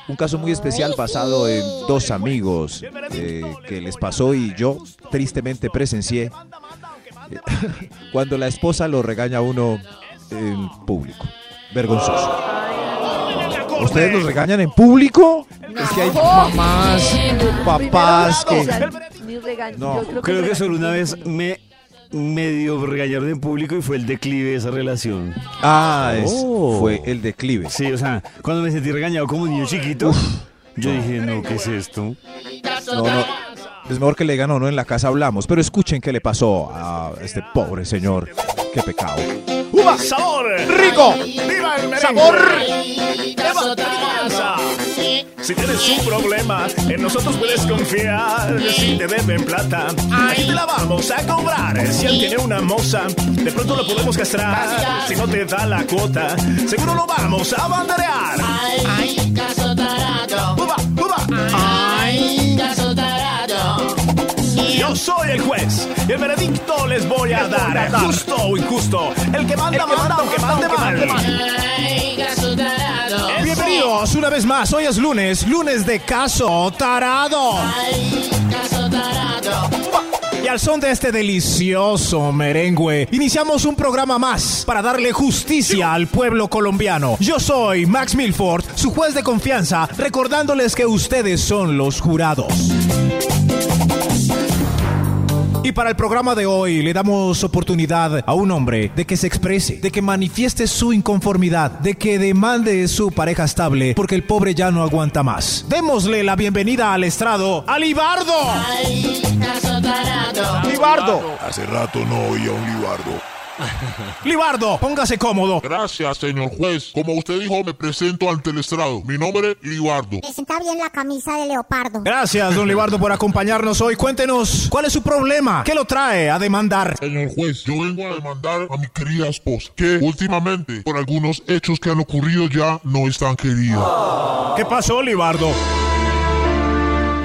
S4: un caso muy especial basado en dos amigos eh, que les pasó y yo tristemente presencié eh, cuando la esposa lo regaña a uno en público. Vergonzoso. ¿Ustedes los regañan en público? Es que hay mamás, papás que...
S2: Ni regaño.
S1: No,
S2: yo
S1: creo
S2: creo, el
S1: que
S2: regaño
S1: solo una
S2: es
S1: vez me medio regañaron en público y fue el declive de esa relación.
S4: Ah, es-
S1: Oh.
S4: fue el declive.
S1: Sí, o sea, cuando me sentí regañado como niño chiquito, yo dije, no, ¿qué es esto?
S4: No, no. Es mejor que le digan, no, no, en la casa hablamos. Pero escuchen qué le pasó a este pobre señor. Qué pecado.
S6: ¡Uva! ¡Sabor!
S4: ¡Rico!
S6: ¡Viva el merengue!
S4: ¡Sabor!
S6: ¡Levantaza! Si tienes un problema, en nosotros puedes confiar. Si te deben plata, aquí te la vamos a cobrar.
S4: eh,
S6: Si él tiene una moza, de pronto lo podemos castrar. Si no te da la cuota, seguro lo vamos a banderear.
S7: ¡Ay, caso tarado!
S6: ¡Uva! ¡Uva!
S7: ¡Ay, caso tarado!
S6: Yo soy el juez y el veredicto les voy a dar. Justo o injusto, el que manda, manda, aunque mande mal.
S7: ¡Ay, caso tarado!
S4: Bienvenidos una vez más. Hoy es lunes, lunes de caso tarado.
S7: ¡Ay, caso tarado!
S4: Y al son de este delicioso merengue, iniciamos un programa más para darle justicia al pueblo colombiano. Yo soy Max Milford, su juez de confianza, recordándoles que ustedes son los jurados. Y para el programa de hoy le damos oportunidad a un hombre de que se exprese, de que manifieste su inconformidad, de que demande su pareja estable porque el pobre ya no aguanta más. Démosle la bienvenida al estrado, Alibardo.
S7: ¡Ay, caso tarado!
S4: Libardo.
S6: Hace rato no oía un libardo.
S4: Libardo, póngase cómodo.
S11: Gracias, señor juez. Como usted dijo, me presento ante el estrado. Mi nombre, Libardo.
S12: Le senta bien la camisa de leopardo.
S4: Gracias, don Libardo, por acompañarnos hoy. Cuéntenos, ¿cuál es su problema? ¿Qué lo trae a demandar?
S11: Señor juez, yo vengo a demandar a mi querida esposa, que últimamente, por algunos hechos que han ocurrido, ya no es tan querida.
S4: ¿Qué pasó, Libardo?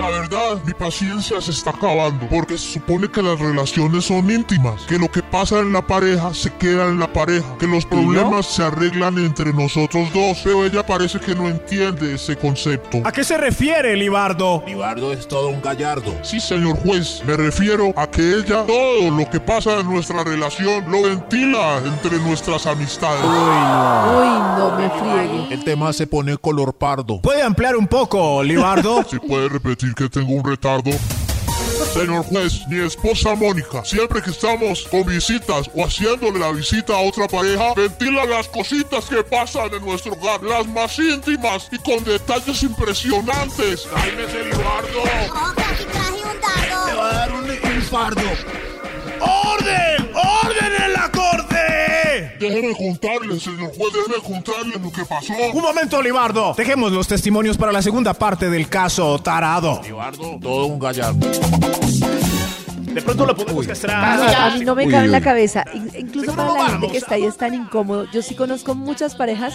S11: La verdad, mi paciencia se está acabando, porque se supone que las relaciones son íntimas, que lo que pasa en la pareja se queda en la pareja, que los problemas se arreglan entre nosotros dos, pero ella parece que no entiende ese concepto.
S4: ¿A qué se refiere, Libardo?
S11: Libardo es todo un gallardo. Sí, señor juez, me refiero a que ella todo lo que pasa en nuestra relación lo ventila entre nuestras amistades.
S2: Uy, no me friegue.
S11: El tema se pone color pardo.
S4: ¿Puede ampliar un poco, Libardo?
S11: Si puede repetir que tengo un retardo. Señor juez, mi esposa Mónica, siempre que estamos con visitas o haciéndole la visita a otra pareja, ventila las cositas que pasan en nuestro hogar, las más íntimas y con detalles impresionantes. ¡Cálmese, Libardo!
S12: Oh, que aquí traje un dardo.
S11: va a dar un infarto.
S6: ¡Orden! ¡Orden en la corte!
S11: Déjeme contarle, señor juez, déjeme contarle lo que pasó.
S4: Un momento, Libardo. Dejemos los testimonios para la segunda parte del caso tarado.
S7: Todo un gallardo.
S6: De pronto lo podemos castrar.
S2: A mí no me
S4: Uy,
S2: cabe en la
S4: uy.
S2: cabeza. In- Incluso
S6: Sí,
S2: para la
S6: vamos,
S2: gente que
S6: vamos.
S2: está ahí es tan incómodo. Yo sí conozco muchas parejas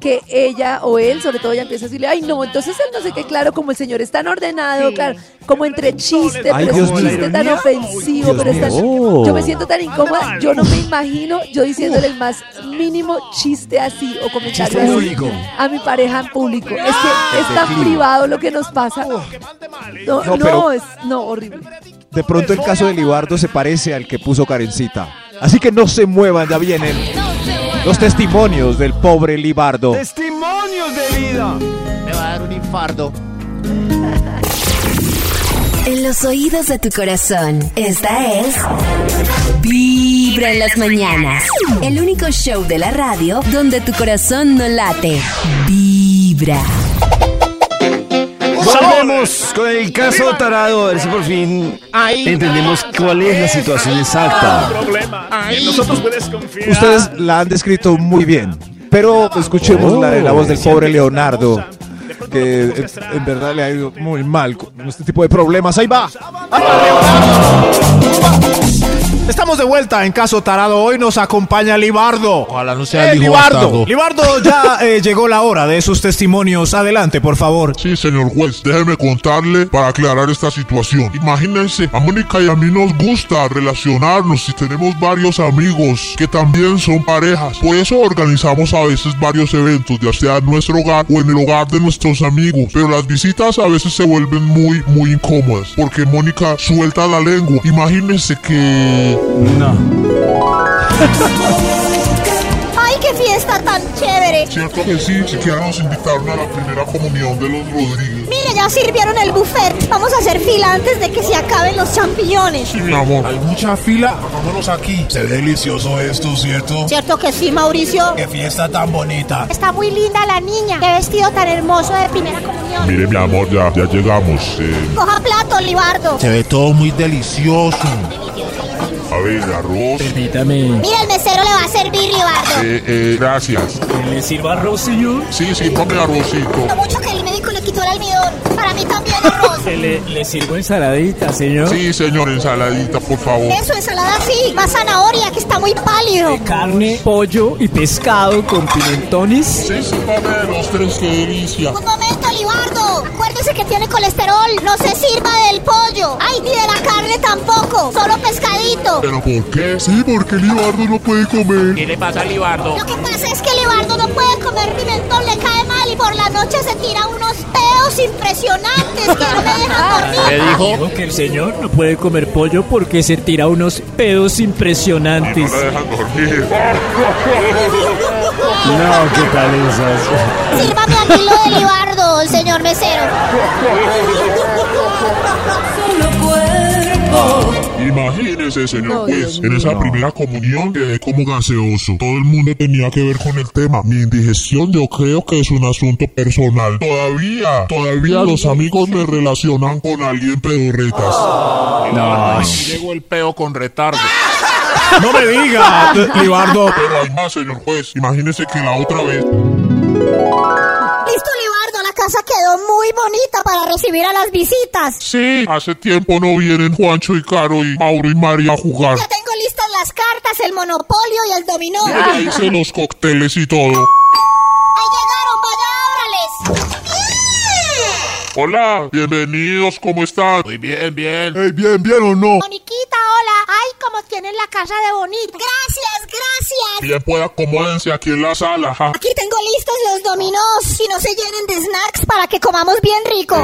S2: que ella o él, sobre todo, ya empieza a decirle, ay, no, entonces él no sé qué, claro, como el señor es tan ordenado,
S5: Sí.
S2: claro, como entre chiste,
S4: Ay,
S2: pero
S4: Dios
S2: es un
S4: mío.
S2: chiste tan
S6: Dios
S2: ofensivo,
S4: mío.
S2: pero es tan-
S1: Oh.
S2: Yo me siento tan incómoda,
S6: mal.
S2: yo no me imagino yo diciéndole el más mínimo chiste así o comentario
S1: Chiste
S2: así
S1: público.
S2: a mi pareja en público. Es que es tan privado lo que nos pasa. No,
S4: No,
S2: no,
S4: pero-
S2: es, no, horrible.
S4: De pronto el caso de Libardo se parece al que puso Karencita. Así que no se muevan, ya vienen los testimonios del pobre Libardo.
S1: ¡Testimonios de vida!
S7: Me va a dar un infarto.
S9: En los oídos de tu corazón, esta es Vibra en las mañanas. El único show de la radio donde tu corazón no late. Vibra.
S1: Volvemos con el caso tarado, a ver si por fin entendemos Pues, cuál es la situación exacta.
S6: problema. En nosotros puedes confiar.
S4: Ustedes la han descrito muy bien, pero escuchemos la, la voz del pobre Leonardo, que en, en verdad le ha ido muy mal con este tipo de problemas. ¡Ahí va! Estamos de vuelta en Caso Tarado. Hoy nos acompaña Libardo.
S7: Ojalá no sea
S4: ¡Eh,
S7: el hijo
S4: Libardo.
S7: bastardo.
S4: Libardo, ya eh, llegó la hora de sus testimonios. Adelante, por favor.
S11: Sí, señor juez, déjeme contarle para aclarar esta situación. Imagínense, a Mónica y a mí nos gusta relacionarnos y tenemos varios amigos que también son parejas. Por eso organizamos a veces varios eventos, ya sea en nuestro hogar o en el hogar de nuestros amigos. Pero las visitas a veces se vuelven muy, muy incómodas porque Mónica suelta la lengua. Imagínense que...
S1: No.
S12: ¡Ay, qué fiesta tan chévere!
S11: Cierto que sí, siquiera nos invitaron a la primera comunión de los Rodríguez.
S12: Mire, ya sirvieron el buffet. Vamos a hacer fila antes de que se acaben los champiñones.
S11: Mi amor, hay mucha fila, hagámonos aquí. Se ve delicioso esto, ¿cierto?
S12: ¿Cierto que sí, Mauricio?
S11: Qué fiesta tan bonita.
S12: Está muy linda la niña. Qué vestido tan hermoso de primera comunión.
S11: Mire, mi amor, ya, ya llegamos. eh.
S12: Coja plato, Libardo.
S11: Se ve todo muy delicioso. A ver, arroz.
S8: Permítame.
S12: Mira, el mesero le va a servir, Libardo.
S11: Eh, eh, gracias.
S8: ¿Le sirva arroz, señor?
S11: Sí, sí, ponme arrocito.
S12: Lo mucho que el médico le quitó el almidón. Para mí también, arroz.
S8: ¿Le, le sirvo ensaladita, señor?
S11: Sí, señor, ensaladita, por favor.
S12: Eso, ensalada sí. Más zanahoria, que está muy pálido.
S8: Carne, pollo y pescado con pimentones.
S11: Sí, sí, ponme los tres, qué delicia.
S12: Un momento, Libardo. ¡Este Acuérdese que tiene colesterol. No se sirva del pollo. Ay, ni de la carne tampoco. Solo pescadito.
S11: ¿Pero por qué? Sí, porque Libardo no puede comer.
S7: ¿Qué le pasa a Libardo?
S12: Lo que pasa Pues es que Libardo no puede comer pimentón, le cae mal y por la noche se tira unos peos impresionantes que no me dejan dormir.
S8: ¿Qué dijo? que el señor no puede comer pollo porque se tira unos pedos
S11: No
S8: impresionantes.
S11: la dejan dormir.
S8: No, qué palizas.
S12: Sírvame a mí lo de Libardo, el señor mesero.
S11: Imagínese, señor juez, en esa primera comunión quedé como gaseoso. Todo el mundo tenía que ver con el tema. Mi indigestión yo creo que es un asunto personal. Todavía, todavía los amigos me relacionan con alguien pedorretas. No, llegó el peo con retardo.
S6: No me diga, Libardo.
S11: Pero hay más, señor juez. Imagínese que la otra vez...
S12: Listo, Libardo, la casa quedó muy bonita para recibir a las visitas.
S11: Sí, hace tiempo no vienen Juancho y Caro y Mauro y María a jugar.
S12: Ya tengo listas las cartas, el monopolio y el dominó. Ah.
S11: Ya hice los cócteles y todo.
S12: Ahí llegaron, pues, vaya, ábrales.
S11: Hola, bienvenidos, ¿cómo están?
S7: Muy bien, bien.
S11: Ey, bien, bien o no.
S12: Moniquita, hola. Ay, como tienen la casa de bonita. Gracias, gracias.
S11: Bien, pues acomódense aquí en la sala. ja.
S12: Aquí tengo listos los dominós y no se llenen de snacks para que comamos bien rico.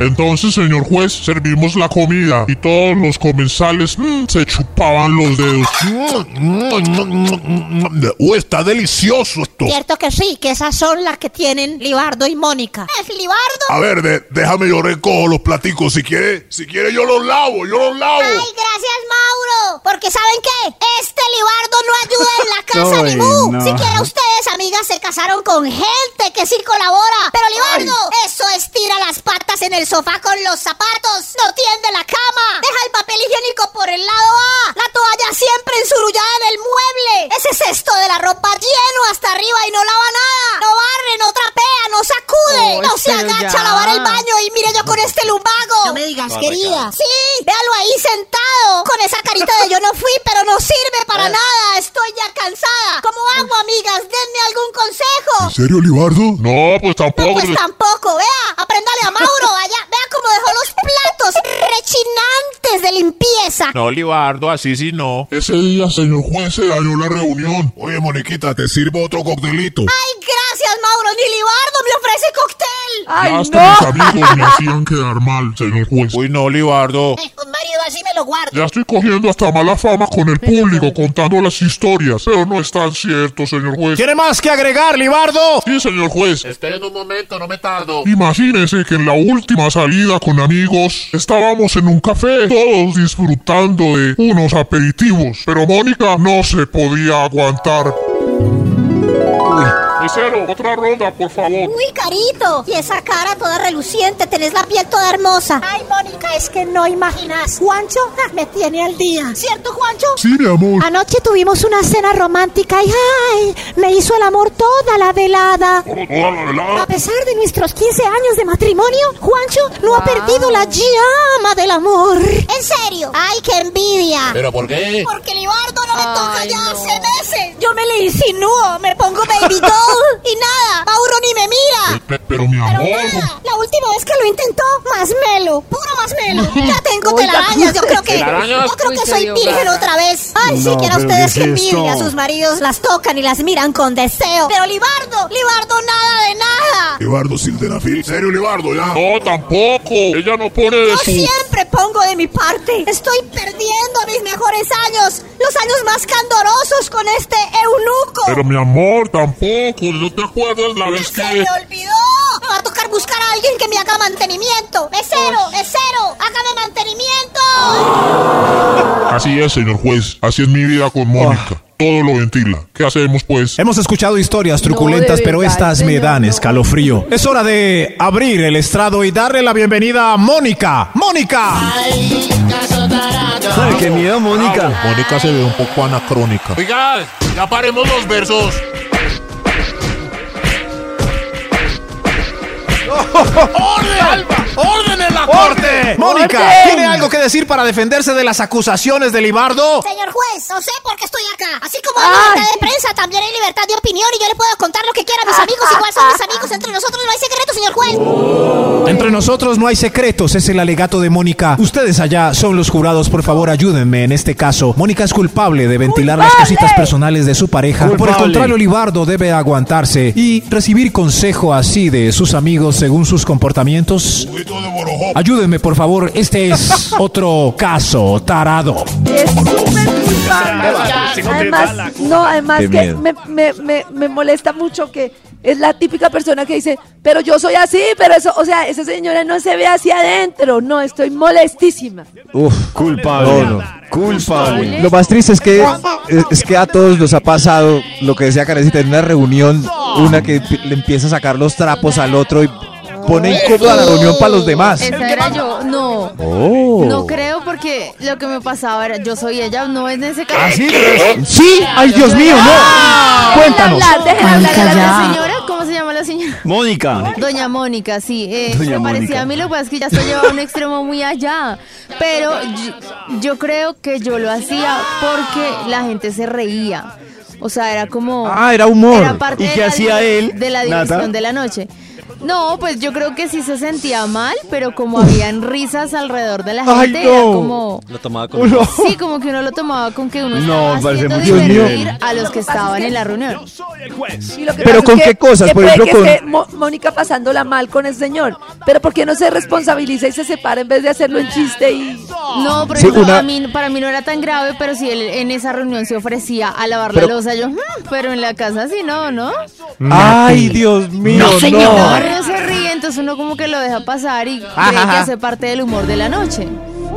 S11: Entonces, señor juez, servimos la comida y todos los comensales mm, se chupaban los dedos.
S7: Mm, Uh, está delicioso esto.
S12: Cierto que sí, que esas son las que tienen Libardo y Mónica. ¿Es Libardo?
S7: A ver, de- déjame yo recojo los platicos. Si quiere, si quiere yo los lavo, yo los lavo.
S12: Ay, gracias, Mauro. Porque ¿saben qué? Este Libardo no ayuda en la casa ni
S1: Uy,
S12: mu.
S1: no.
S12: Siquiera ustedes, amigas, se casaron con gente que sí colabora. Pero Libardo, eso estira las patas en el sofá con los zapatos. No tiende la cama. Deja el papel higiénico por el lado A. La toalla siempre ensurullada en el mueble. Ese cesto de la ropa lleno hasta arriba y no lava nada. No barre, no trapea, no sacude.
S5: Uy,
S12: no se
S5: Oh, pero
S12: agacha
S5: ya.
S12: a lavar el baño y mire yo con este lumbago. No me digas, querida. Sí, véalo ahí sentado, con esa carita de yo no fui, pero no sirve para nada. Estoy ya cansada. ¿Cómo hago, amigas? Denme algún
S11: ¿En
S12: consejo.
S11: serio, Libardo? No, pues
S12: No,
S11: tampoco.
S12: pues tampoco, vea. Apréndale a Mauro, vaya. Vea cómo dejó los platos rechinantes de limpieza.
S7: No, Libardo, así sí no.
S11: Ese día, señor juez, se dañó la reunión.
S7: Oye, Moniquita, te sirvo otro coctelito.
S12: Ay, gracias, Mauro. Ni Libardo me ofrece cóctel.
S2: ¡Ay,
S11: ya
S2: no!
S11: hasta mis amigos me hacían quedar mal, señor juez.
S7: Uy, no, Libardo.
S12: Eh, Un marido así me lo guardo.
S11: Ya estoy cogiendo hasta mala fama con el público contando las historias, pero no es tan cierto, señor juez.
S6: ¿Tiene más que agregar, Libardo?
S11: Sí, señor
S8: Pues,
S11: juez.
S7: Esperen un momento, no me tardo.
S11: Imagínense que en la última salida con amigos estábamos en un café, todos disfrutando de unos aperitivos, pero Mónica no se podía aguantar. Mesero, otra ronda, por favor.
S12: Uy, carito. Y esa cara toda reluciente, tenés la piel toda hermosa. Ay, Mónica, es que no imaginas. Juancho ja, me tiene al día. ¿Cierto, Juancho?
S11: Sí, mi amor.
S12: Anoche tuvimos una cena romántica y ¡ay! Me hizo el amor toda la velada.
S11: Toda la velada.
S12: A pesar de nuestros 15 años de matrimonio, Juancho no ha perdido la llama del amor. ¿En serio? ¡Ay, qué envidia!
S7: ¿Pero por qué?
S12: Porque Libardo no me toca
S5: Ay,
S12: ya
S5: no.
S12: hace meses. Yo me le insinúo, me pongo baby doll y nada, Mauro ni me mira.
S11: Eh, Pe- Pero mi
S12: Pero
S11: amor.
S12: nada, la última vez que lo intentó, más melo, puro más melo. Ya tengo
S2: Oiga,
S12: telarañas, yo creo que,
S7: ¿Telarañas?
S12: yo creo
S5: Uy,
S12: que
S5: qué
S12: soy
S5: dio
S12: virgen
S5: garra.
S12: otra vez. Ay,
S1: No,
S12: siquiera
S1: pero
S12: ustedes
S1: ¿qué
S12: que
S1: es esto?
S12: envidia, sus maridos las tocan y las miran con deseo. Pero Libardo, Libardo nada de nada.
S11: Libardo Sildenafil. ¿En serio, Libardo? Ya. No, tampoco. Ella no pone de
S12: Yo
S11: su.
S12: siempre pongo de de mi parte. Estoy perdiendo mis mejores años, los años más candorosos con este eunuco.
S11: Pero mi amor, tampoco. ¿No te acuerdas la vez
S12: Se me
S11: que...
S12: olvidó. Me va a tocar buscar a alguien que me haga mantenimiento. Mesero, mesero, hágame mantenimiento.
S11: Así es, señor juez. Así es mi vida
S6: Ah.
S11: con Mónica. Todo lo ventila. ¿Qué hacemos, pues?
S6: Hemos escuchado historias truculentas,
S11: de
S6: pero
S11: verdad,
S6: estas me
S11: señor,
S6: dan escalofrío. Es hora de abrir el estrado y darle la bienvenida a Mónica. ¡Mónica!
S1: ¡Qué miedo, Mónica!
S6: Mónica se ve un poco anacrónica.
S7: Oiga, ya paremos los versos.
S6: ¡Orden! ¡Orden en la corte! Mónica,
S12: ¡Orden!
S6: ¿tiene algo que decir para defenderse de las acusaciones de Libardo?
S12: Señor juez, no sé por qué estoy acá. Así como hay libertad de prensa, también hay libertad de opinión y yo le puedo contar lo que quiera a mis amigos. Igual son mis amigos, entre nosotros no hay secreto, señor juez.
S4: Oh.
S6: Entre nosotros no hay secretos, es el alegato de Mónica. Ustedes allá son los jurados, por favor ayúdenme en este caso. Mónica es culpable de ventilar las cositas personales de su pareja. Por el
S1: Culpable.
S6: contrario, Libardo debe aguantarse y recibir consejo así de sus amigos según sus comportamientos. Ayúdenme, por favor, este es otro caso tarado.
S2: Además, no, además
S6: Qué
S2: que
S6: miedo.
S2: me, me- me- me molesta mucho que es la típica persona que dice, pero yo soy así, pero eso, o sea, esa señora no se ve hacia adentro, no, estoy molestísima.
S4: Uf,
S1: culpable.
S4: Culpable. Lo más triste es que, es que a todos nos ha pasado lo que decía Karencita en una reunión, una que pi- le empieza a sacar los trapos al otro y pone incómoda la reunión para los demás. Oh.
S5: Esa era yo. No. No creo porque lo que me pasaba era yo soy ella, no es en ese caso.
S4: Ah, sí? Sí, ay Dios mío,
S5: Ah,
S4: no. Cuéntanos.
S5: Dejen hablar, dejen hablar
S4: Mónica,
S5: a la
S4: ya.
S5: señora. ¿Cómo se llama la señora?
S1: Mónica.
S5: Doña Mónica, sí. Eh,
S1: Doña
S5: me parecía
S1: Mónica.
S5: a mí lo que pasa es que ya se llevaba a un extremo muy allá. Pero yo, yo creo que yo lo hacía porque la gente se reía. O sea, era como.
S1: Ah, era humor.
S5: Era parte
S1: ¿Y
S5: de
S1: qué
S5: la
S1: hacía
S5: di-
S1: él,
S5: De la
S1: Nata?
S5: diversión de la noche. No, pues yo creo que sí se sentía mal, pero como habían risas alrededor de la
S1: Ay,
S5: gente, era
S1: no.
S5: como.
S3: Lo tomaba con...
S1: Uno.
S5: Sí, como que uno lo tomaba con que uno
S1: No,
S5: estaba
S1: me parece
S5: haciendo
S1: muy
S5: divertir
S1: cruel.
S5: a los que estaban en la reunión.
S2: Y lo que
S4: Pero
S2: pasa
S4: ¿con
S2: es
S4: qué cosas?
S2: que
S4: Por
S2: puede
S4: ejemplo,
S2: que
S4: con-
S2: esté Mo- Mónica pasándola mal con el señor, pero ¿por qué no se responsabiliza y se separa en vez de hacerlo en chiste y...
S5: No, pero
S4: Sí,
S5: no,
S4: una-
S5: a mí- para mí no era tan grave, pero si él en esa reunión se ofrecía a lavar la
S4: Pero-
S5: losa, yo, "Mm, pero en la casa sí, no, ¿no?
S4: Ay Dios mío, no.
S5: Uno se ríe, entonces uno como que lo deja pasar y cree
S4: ajá.
S5: que hace parte del humor de la noche.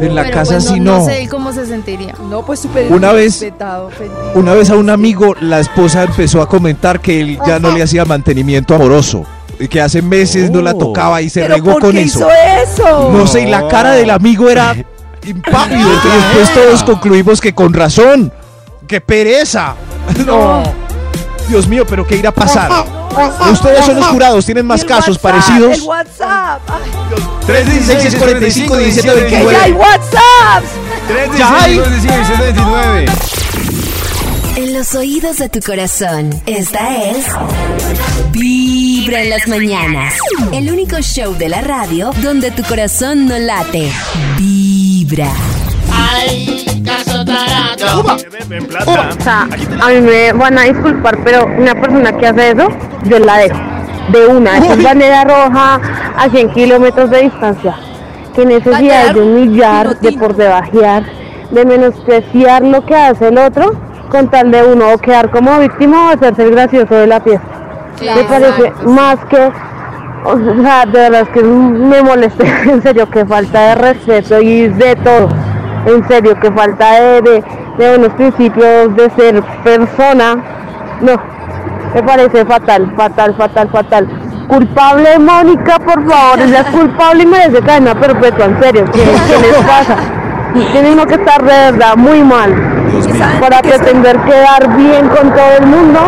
S4: En la
S5: Pero,
S4: casa
S5: pues,
S4: sí
S5: No
S4: no.
S5: sé él cómo se sentiría.
S2: No, pues súper
S4: Una vez- Una vez a un amigo, la esposa empezó a comentar que él ya no le hacía mantenimiento amoroso. Y que hace meses no la tocaba y se
S2: ¿Pero
S4: regó
S2: por
S4: con
S2: qué
S4: eso.
S2: hizo eso?
S4: No sé, y la cara del amigo era impávido. Y después todos concluimos que con razón. ¡Qué pereza! No. Dios mío, pero qué irá a pasar. Ustedes son los jurados, tienen más
S2: El
S4: casos
S2: WhatsApp,
S4: parecidos.
S2: El WhatsApp. Ay, Dios.
S4: 316 45 17 29.
S2: ¡Ya hay WhatsApps!
S4: Ya hay.
S9: En los oídos de tu corazón, esta es Vibra en las mañanas. El único show de la radio donde tu corazón no late. Vibra.
S7: Ay, caso tarado.
S13: O sea, a mí me van a disculpar, pero una persona que hace eso, yo la dejo. De una, eso es bandera roja a 100 kilómetros de distancia. Qué necesidad de humillar, de por debajear, de menospreciar lo que hace el otro con tal de uno o quedar como víctima o hacerse el gracioso de la fiesta. Me parece más que, o sea, de verdad es que me molesté, en serio, que falta de respeto y de todo. En serio, que falta de, de, de unos principios de ser persona. No, me parece fatal, fatal, fatal, fatal. Culpable Mónica, por favor, es la culpable y merece cadena perpetua, en serio, ¿qué, qué les pasa? Tienen uno que estar de verdad muy mal para pretender quedar bien con todo el mundo,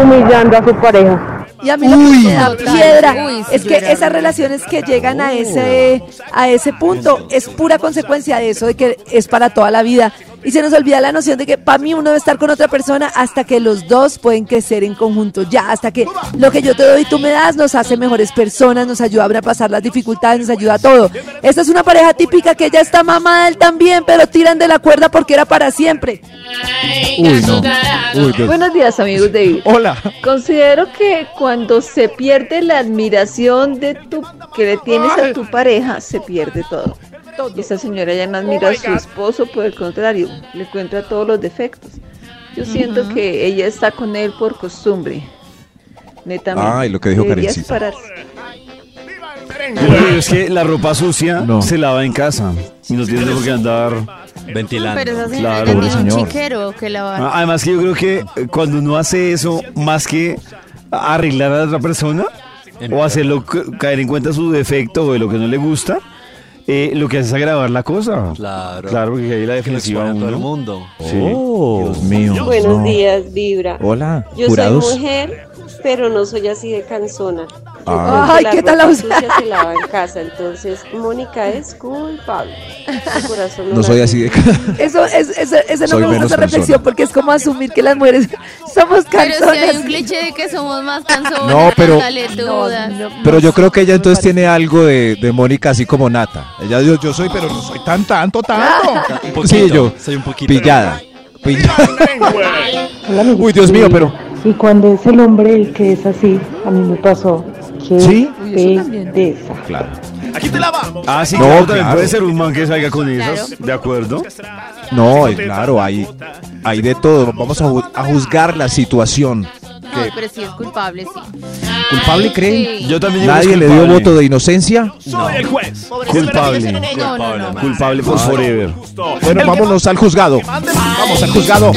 S13: humillando a su pareja.
S2: Y a mí lo que me da
S13: Uy.
S2: piedra
S13: Uy,
S2: es que
S13: señora.
S2: esas relaciones que llegan
S13: Oh.
S2: a ese a ese punto es pura consecuencia de eso, de que es para toda la vida. Y se nos olvida la noción de que para mí uno debe estar con otra persona hasta que los dos pueden crecer en conjunto, ya hasta que lo que yo te doy y tú me das nos hace mejores personas, nos ayuda a pasar las dificultades, nos ayuda a todo. Esta es una pareja típica que ya está mamada él también, pero tiran de la cuerda porque era para siempre.
S4: Uy, no. Uy,
S6: pues.
S4: Dios.
S14: Buenos días, amigos de Vibra.
S4: Hola.
S14: Considero que cuando se pierde la admiración de tu, que le tienes a tu pareja, se pierde todo.
S2: todo.
S14: Esta señora ya no admira
S2: Oh
S14: a
S2: my
S14: su
S2: God.
S14: esposo, por el contrario, le encuentra todos los defectos. Yo siento
S2: Ujú.
S14: que ella está con él por costumbre. Netamente.
S4: Ay, lo que dijo
S14: Debería
S4: Karencita.
S14: separarse.
S1: Pero es que la ropa sucia se lava en casa y no tiene por qué andar ventilando.
S5: Pero esa señora
S1: claro,
S5: tenía un
S1: señor.
S5: chiquero que la
S1: Ah, Además que yo creo que eh, cuando uno hace eso, más que arreglar a la otra persona o hacerlo c- caer en cuenta su defecto o de lo que no le gusta, eh, lo que hace es agravar la cosa.
S3: Claro.
S1: Claro, porque ahí la
S3: Que lo expone
S1: defensiva
S3: a todo el
S1: uno.
S3: mundo.
S1: Sí.
S4: Oh, Dios mío.
S15: Buenos
S4: no.
S15: días, Vibra.
S4: Hola, Ah,
S15: Yo
S4: jurados.
S15: soy mujer, pero no soy así de cansona.
S4: Ah.
S15: Porque
S2: Ay, ¿qué tal la
S15: ropa
S2: usa?
S15: sucia se lava en casa, entonces Mónica es culpable. Su corazón no
S4: No
S15: la
S4: soy así de cara.
S2: Eso, es, esa- esa no
S4: Soy
S2: me gusta
S4: menos
S2: esa reflexión
S4: persona.
S2: porque es como asumir que las mujeres somos
S5: Pero si hay
S2: canzonas.
S5: un cliché de que somos más cansones,
S4: No, pero-
S5: taletudas.
S4: Pero yo creo que ella entonces tiene algo de, de Mónica así como Nata. Ella yo, yo soy, pero no soy tan tanto, tanto.
S3: Un poquito,
S4: sí, yo.
S3: soy un poquito.
S4: Pillada. Pillada. Uy, Dios mío, pero.
S16: Y cuando es el hombre el que es así, a mí me pasó. que
S4: ¿Sí?
S16: belleza.
S4: Claro.
S6: Aquí te la vamos.
S1: Ah, sí,
S4: No,
S1: claro, también
S4: claro.
S1: puede ser un man que salga con esas, ¿de acuerdo?
S4: No, eh, claro, hay, hay de todo. Vamos a, ju- a juzgar la situación.
S5: No, pero si es culpable, sí.
S4: ¿Culpable creen?
S5: sí.
S1: Yo también digo que
S4: ¿Nadie
S1: es
S4: le dio
S1: culpable.
S4: voto de inocencia?
S6: Soy el juez.
S4: Culpable.
S5: No, no, no.
S1: Culpable por forever.
S4: Bueno, vámonos al juzgado. Vamos al juzgado.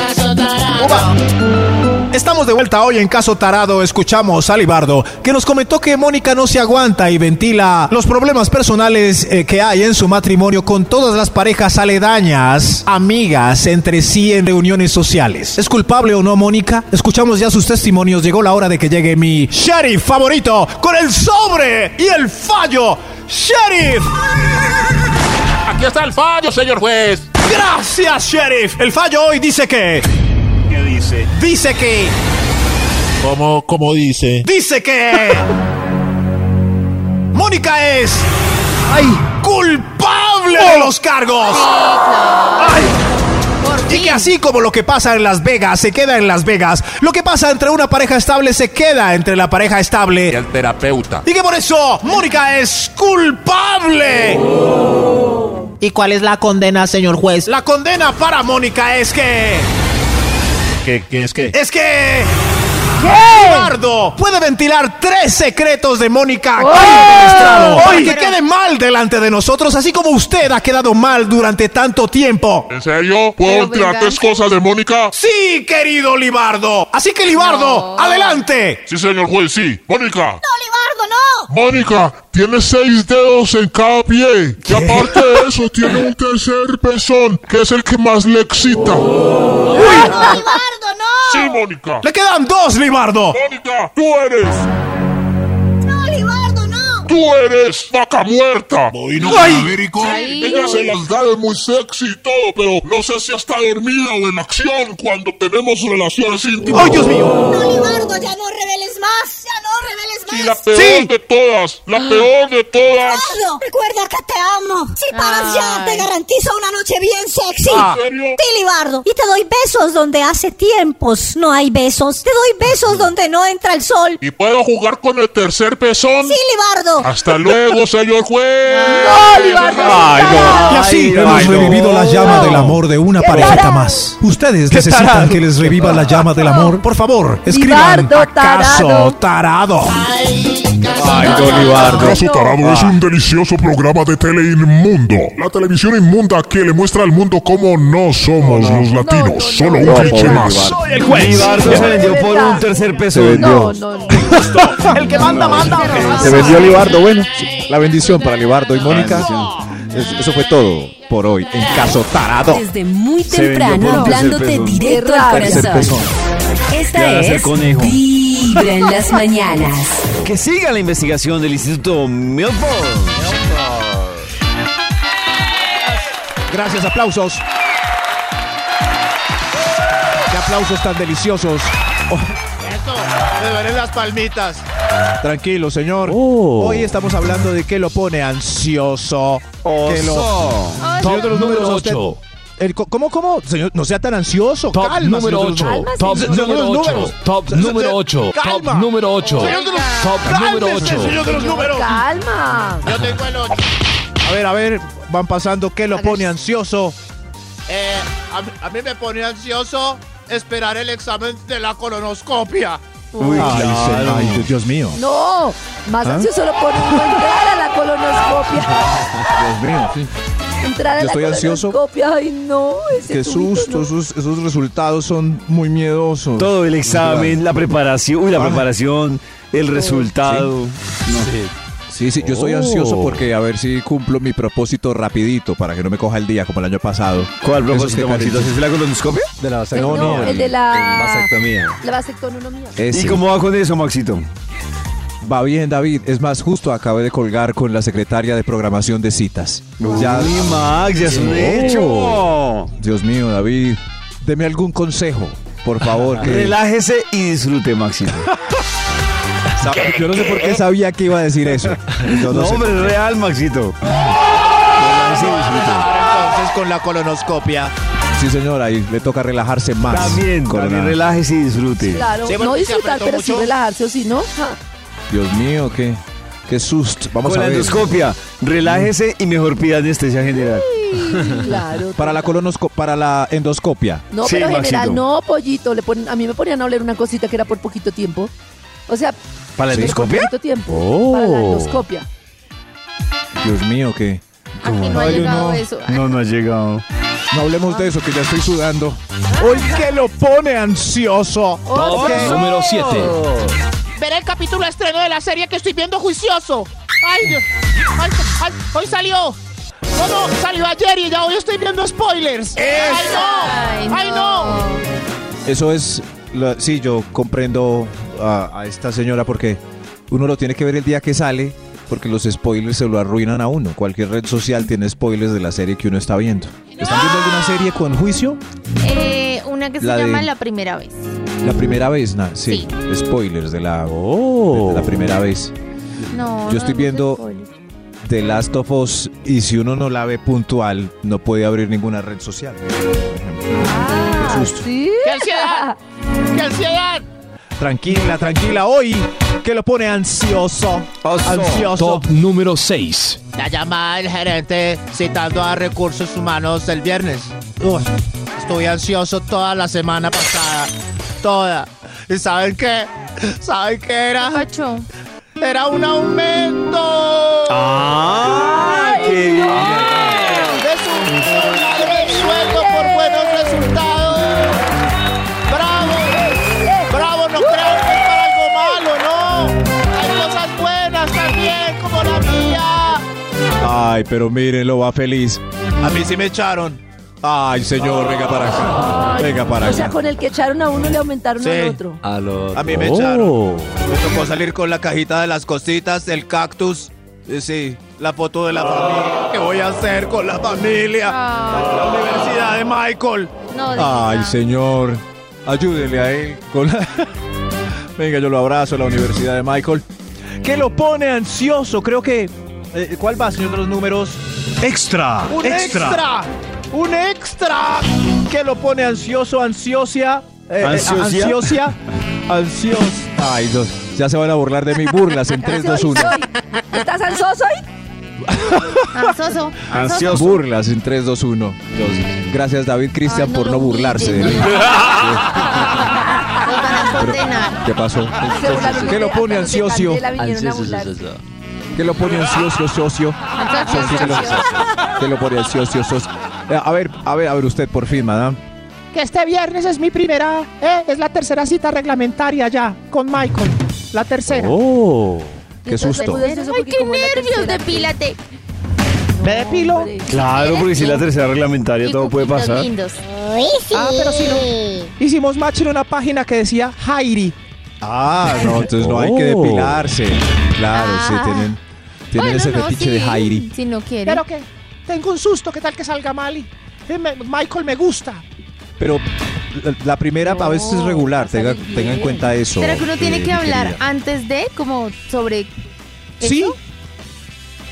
S4: Estamos de vuelta hoy en Caso Tarado. Escuchamos a Libardo, que nos comentó que Mónica no se aguanta y ventila los problemas personales eh, que hay en su matrimonio con todas las parejas aledañas, amigas entre sí en reuniones sociales. ¿Es culpable o no, Mónica? Escuchamos ya sus testimonios. Llegó la hora de que llegue mi sheriff favorito con el sobre y el fallo. ¡Sheriff!
S7: Aquí está el fallo, señor juez.
S4: Gracias, sheriff. El fallo hoy dice que.
S6: ¿Qué dice?
S4: Dice que.
S7: Como, como dice.
S4: Dice que. Mónica es. ¡Culpable
S17: Oh.
S4: de los cargos! ¡Ay! Y que así como lo que pasa en Las Vegas se queda en Las Vegas, lo que pasa entre una pareja estable se queda entre la pareja estable.
S7: El terapeuta.
S4: Y que por eso Mónica es culpable.
S17: ¿Y cuál es la condena, señor juez?
S4: La condena para Mónica es que.
S6: ¿Qué, qué es que?
S4: Es que. Eduardo puede ventilar tres secretos de Mónica
S6: ¡Oh!
S4: Calle del Estrado para
S6: ¡Oye!
S4: que quede mal delante de nosotros, así como usted ha quedado mal durante tanto tiempo.
S11: ¿En serio? ¿Puedo tirar tres cosas de Mónica?
S4: Sí, querido Libardo. Así que Libardo, adelante.
S11: Sí, señor juez, sí. Mónica.
S12: Libardo, no!
S11: Mónica, tiene seis dedos en cada pie. Y aparte de eso, tiene un tercer pezón, que es el que más le excita.
S12: ¡Libardo, no!
S11: Sí, Mónica.
S4: Le quedan dos, Libardo.
S11: Mónica, tú eres.
S12: ¡No, Libardo, no!
S11: Tú eres vaca muerta. Boino
S12: cadavérico. Ay.
S11: Ella se las da de muy sexy y todo, pero no sé si está dormida o en acción cuando tenemos relaciones íntimas.
S4: ¡Ay, Dios mío!
S12: ¡No, Libardo, ya no reveles más! ¡Ya no reveles más!
S11: Y la peor de todas, la peor de todas.
S12: Pablo, recuerda que te amo. Si paras ya, te garantizo una noche bien sexy.
S11: Ah.
S12: Sí, Libardo. Y te doy besos donde hace tiempos no hay besos. Te doy besos donde no entra el sol.
S11: ¿Y puedo jugar con el tercer pezón?
S12: Sí, Libardo.
S11: Hasta luego, señor juez.
S4: Ay, no. Y así hemos revivido la llama del amor de una parejita
S2: tarado!
S4: más. ¿Ustedes necesitan
S2: tarado!
S4: que les reviva la llama del amor? Por favor, escriban
S2: Libardo,
S4: acaso tarado.
S11: Ay,
S4: don Libardo.
S11: Caso Tarado es un delicioso programa de tele inmundo. La televisión inmunda que le muestra al mundo cómo no somos los latinos. solo un cliché más.
S6: el juez.
S1: Libardo se vendió por un tercer peso.
S4: vendió.
S6: El que manda, manda.
S4: Se vendió Libardo, bueno. La bendición para Libardo y Mónica. Es- Eso fue todo por hoy en Caso Tarado.
S9: Desde muy
S4: Se vendió
S9: temprano,
S4: por un tercer
S9: hablándote
S4: peso.
S9: directo
S4: Qué
S9: al
S4: raro. Tercer
S9: corazón.
S1: Y
S9: Esta
S1: ahora ser
S9: es
S1: conejo.
S9: Vibra en las mañanas.
S1: Que siga la investigación del Instituto Milford.
S4: Gracias, aplausos. Qué aplausos tan deliciosos. Oh,
S7: Eso, me duelen las palmitas.
S4: tranquilo, señor.
S3: Oh.
S4: Hoy estamos hablando de qué lo pone ansioso. Que lo-
S3: Oso.
S4: Señor de los
S3: Top número
S4: números, usted-
S3: ocho.
S4: El co- ¿Cómo, cómo? Señor, no sea tan ansioso.
S3: Top
S4: calma,
S3: número
S4: señor de los
S3: 8.
S4: números.
S3: Top
S4: Señor de los
S3: número 8.
S4: números.
S3: Top
S4: Se- se-
S3: número 8. Top
S4: Calma.
S3: número 8.
S4: Señor de los-
S3: Top número
S4: Cálmese,
S3: 8.
S2: Ah.
S4: señor de los números.
S2: Calma.
S7: Yo tengo el 8.
S4: A ver, a ver, van pasando. ¿Qué lo pone ansioso?
S7: Eh, a, mí- a mí me pone ansioso esperar el examen de la colonoscopia.
S4: Ay,
S6: claro.
S4: se- ay, Dios mío.
S2: No, más
S4: ¿Ah?
S2: ansioso lo pone uno entrar a la colonoscopia.
S4: Dios mío, sí.
S2: Entrar a
S4: Yo
S2: la
S4: estoy ansioso.
S2: colonoscopia. Ay, no. ese
S4: Qué
S2: tubito,
S4: susto, esos, esos resultados son muy miedosos.
S1: Todo el examen, la preparación, uy, la
S4: Ah.
S1: preparación, el resultado. No.
S4: Sí, sí, yo estoy
S1: Oh.
S4: ansioso porque a ver si cumplo mi propósito rapidito para que no me coja el día como el año pasado.
S1: ¿Cuál
S4: Esos que
S1: propósito, Maxito?
S4: parecen-
S1: ¿Es la colonoscopia?
S3: De la
S4: vasectomía.
S2: No, el de la- La vasectonomía.
S1: ¿Y cómo va con eso, Maxito?
S4: Eh, Va bien, David. Es más, justo acabé de colgar con la secretaria de programación de citas.
S1: Uy, Max, ya es un
S4: Oh.
S1: hecho.
S4: Dios mío, David. Deme algún consejo, por favor. que-
S1: Relájese y disfrute, Maxito.
S4: Sabe- Yo no sé por qué sabía que iba a decir eso. Yo
S1: No,
S4: sé.
S1: hombre, es real, Maxito.
S7: Entonces con la colonoscopia.
S4: Sí, señora, ahí le toca relajarse más.
S1: También, también relájese y disfrute.
S2: Claro,
S7: Sí, porque
S2: no
S7: se
S2: disfrutar,
S7: apretó
S2: pero sí
S7: mucho.
S2: relajarse o sí, ¿no?
S4: Dios mío, qué, qué susto. Vamos
S1: Con
S4: a
S1: la
S4: ver.
S1: endoscopia, relájese y mejor pida anestesia general.
S2: Claro.
S4: Para la colonosco para la endoscopia.
S2: No, pero general, no, pollito. Le ponen, a mí me ponían a oler una cosita que era por poquito tiempo. O sea,
S4: ¿Para la
S2: sí, por
S4: endoscopia?
S2: poquito tiempo.
S4: Oh.
S2: Para la endoscopia. Ah,
S4: Dios mío, qué.
S5: Aquí no ha llegado eso.
S1: No, no ha llegado.
S4: No hablemos de eso, que ya estoy sudando. Hoy que lo pone ansioso.
S17: Top número
S4: siete.
S17: Ver el capítulo estreno de la serie que estoy viendo juicioso. Ay, Dios. Ay, ay, hoy salió. No, no, salió ayer y ya hoy estoy viendo spoilers. Ay, no. Ay, no.
S4: Eso es. la- sí, yo comprendo a, a esta señora porque uno lo tiene que ver el día que sale, porque los spoilers se lo arruinan a uno. Cualquier red social tiene spoilers de la serie que uno está viendo. ¿Están viendo alguna serie con juicio?
S5: Eh, una que se
S4: La de-
S5: llama La Primera Vez.
S4: La primera vez, na- sí. Spoilers de la, de la primera vez.
S5: No.
S4: Yo estoy
S5: no,
S4: viendo The Last of Us y si uno no la ve puntual, no puede abrir ninguna red social. Qué susto.
S17: ¡Qué ansiedad! ¡Qué ansiedad!
S4: Tranquila, tranquila, hoy que lo pone ansioso. Ansioso.
S3: Top número 6.
S7: La llamada del gerente citando a recursos humanos el viernes. Uf, estuve ansioso toda la semana pasada. Toda. ¿Y saben qué? ¿Saben qué era? Era un aumento.
S1: ¡Ah! ¡Qué
S7: Es un milagro el sueldo por buenos resultados. ¡Bravo! ¡Bravo! No creo que es para algo malo, ¿no? Hay cosas buenas también, como la mía.
S4: Ay, pero mírenlo, va feliz. A mí sí me echaron. Ay, señor, venga para acá. Venga para
S2: O sea,
S4: acá.
S2: con el que echaron a uno le aumentaron
S4: Sí.
S2: al otro.
S7: A mí me echaron. Me tocó salir con la cajita de las cositas, el cactus. eh, Sí, la foto de la familia. ¿Qué voy a hacer con la familia? La universidad de Michael.
S4: Ah.
S5: No, de
S4: Ay,
S5: verdad.
S4: señor. Ayúdele a él con la- Venga, yo lo abrazo a la Universidad de Michael. Que lo pone ansioso. Creo que. eh, ¿Cuál va, señor de los números? Extra.
S17: ¡Un extra!
S4: ¡Un extra! Que lo pone ansioso, ansiosia. eh, eh,
S17: ¿Ansiosia?
S4: ansiosia. Ansios. Ay, Dios. Ya se van a burlar de mis burlas en 3, 2, 1.
S2: ¿Estás ansioso hoy?
S5: Ansioso.
S4: Ansioso. Burlas en 3, 2, 1. Gracias, David Cristian, por no burlarse de mí.
S5: Nos van a condenar.
S4: ¿Qué pasó?
S5: Seguramente
S4: ¿Qué lo pone
S5: a los de
S4: ansioso?
S5: Candela vinieron a burlarse.
S4: ¿Qué lo pone ansioso, socio? Socio, ¿qué lo- ¿Qué lo pone ansioso, socio? Eh, A ver, a ver, a ver usted por fin, madame.
S17: Que este viernes es mi primera, eh, es la tercera cita reglamentaria ya con Michael. La tercera.
S4: Oh, qué
S17: Entonces,
S4: susto.
S17: pues,
S5: Ay, qué nervios, depílate.
S17: ¿Me depilo?
S1: Claro, porque si es la tercera reglamentaria todo puede pasar.
S17: Ah, pero sí, no. Hicimos match en una página que decía Jairi.
S4: Ah, no, entonces no hay que
S17: Oh.
S4: depilarse. Claro, sí,
S17: Ah.
S4: tienen, tienen ese fetiche de Jairi.
S5: Si no quiere.
S17: Pero que tengo un susto, ¿qué tal que salga mal? y- eh, me- Michael me gusta.
S4: Pero la, la primera a veces es regular, tenga, tenga en cuenta eso.
S5: Pero que uno tiene
S4: eh,
S5: que
S4: mi
S5: hablar Ah.
S4: querida.
S5: antes de, como sobre.
S4: Sí.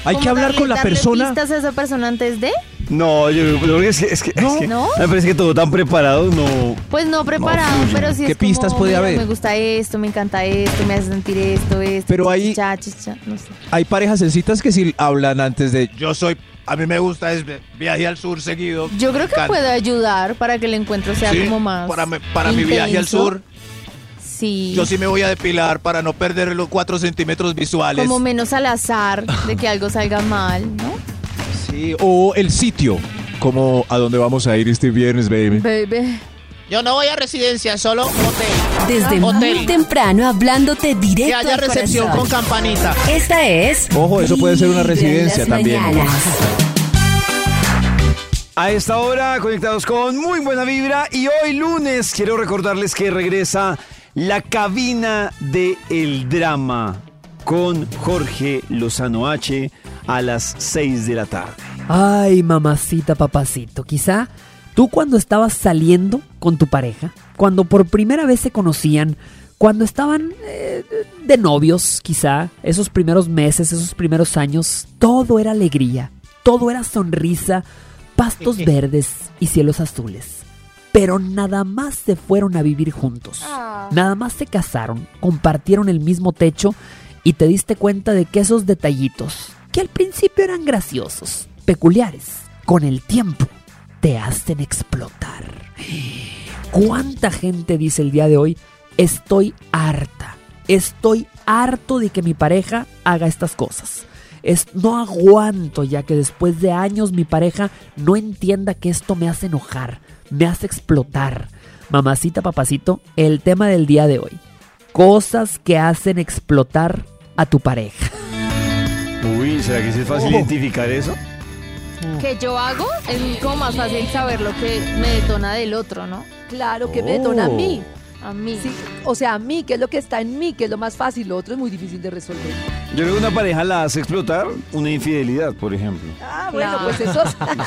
S4: Hay
S5: ¿Cómo
S4: que hablar
S5: darle-
S4: con la
S5: darle
S4: persona.
S5: pistas a esa persona antes de?
S1: No, yo creo que es que, es que, es que me parece que todo tan preparado, no.
S5: Pues no preparado,
S1: fluye.
S5: pero sí
S1: ¿Qué
S5: es como,
S1: pistas puede
S5: mira,
S1: haber?
S5: Me gusta esto, me encanta esto, me hace sentir esto, esto.
S4: Pero ahí-
S5: Cha, cha, cha, no sé.
S4: Hay parejas en citas que sí hablan antes de.
S7: Yo soy. A mí me gusta es viaje al sur seguido.
S5: Yo creo que
S7: Can-
S5: puede ayudar para que el encuentro sea
S7: Sí,
S5: como más.
S7: Para, me- para mi viaje al
S5: intenso.
S7: sur,
S5: Sí.
S7: yo sí me voy a depilar para no perder los 4 centímetros visuales.
S5: Como menos al azar de que algo salga mal, ¿no?
S4: Sí, o el sitio. Como a dónde vamos a ir este viernes, baby.
S5: Baby.
S17: Yo no voy a residencia, solo hotel.
S9: Desde muy temprano hablándote directo.
S17: Que haya
S9: al
S17: recepción
S9: corazón.
S17: con campanita.
S9: Esta es.
S4: Ojo, eso puede ser una
S9: Vibra en
S4: residencia
S9: las
S4: también.
S9: mañanas.
S1: A esta hora, conectados con muy buena vibra. Y hoy lunes quiero recordarles que regresa la cabina de El Drama con Jorge Lozano H a las 6 de la tarde.
S18: Ay, mamacita, papacito, quizá tú cuando estabas saliendo con tu pareja, cuando por primera vez se conocían, cuando estaban eh, de novios, quizá, esos primeros meses, esos primeros años, todo era alegría, todo era sonrisa, pastos verdes y cielos azules. Pero nada más se fueron a vivir juntos. Nada más se casaron, compartieron el mismo techo y te diste cuenta de que esos detallitos, que al principio eran graciosos, peculiares, con el tiempo te hacen explotar. ¿Cuánta gente dice el día de hoy, estoy harta, estoy harto de que mi pareja haga estas cosas? Es, no aguanto ya que después de años mi pareja no entienda que esto me hace enojar, me hace explotar. Mamacita, papacito, el tema del día de hoy. Cosas que hacen explotar a tu pareja.
S1: Uy, ¿será que sí es fácil
S18: Ojo.
S1: identificar eso?
S19: Mm.
S5: Que yo hago es como más fácil saber lo que me detona del otro, ¿no?
S2: Claro que me
S1: Oh.
S2: detona a mí.
S5: A mí.
S2: o sea, a mí, que es lo que está en mí, que es lo más fácil, lo otro es muy difícil de resolver.
S1: Yo creo que una pareja la hace explotar una infidelidad, por ejemplo.
S2: Ah, bueno, pues eso.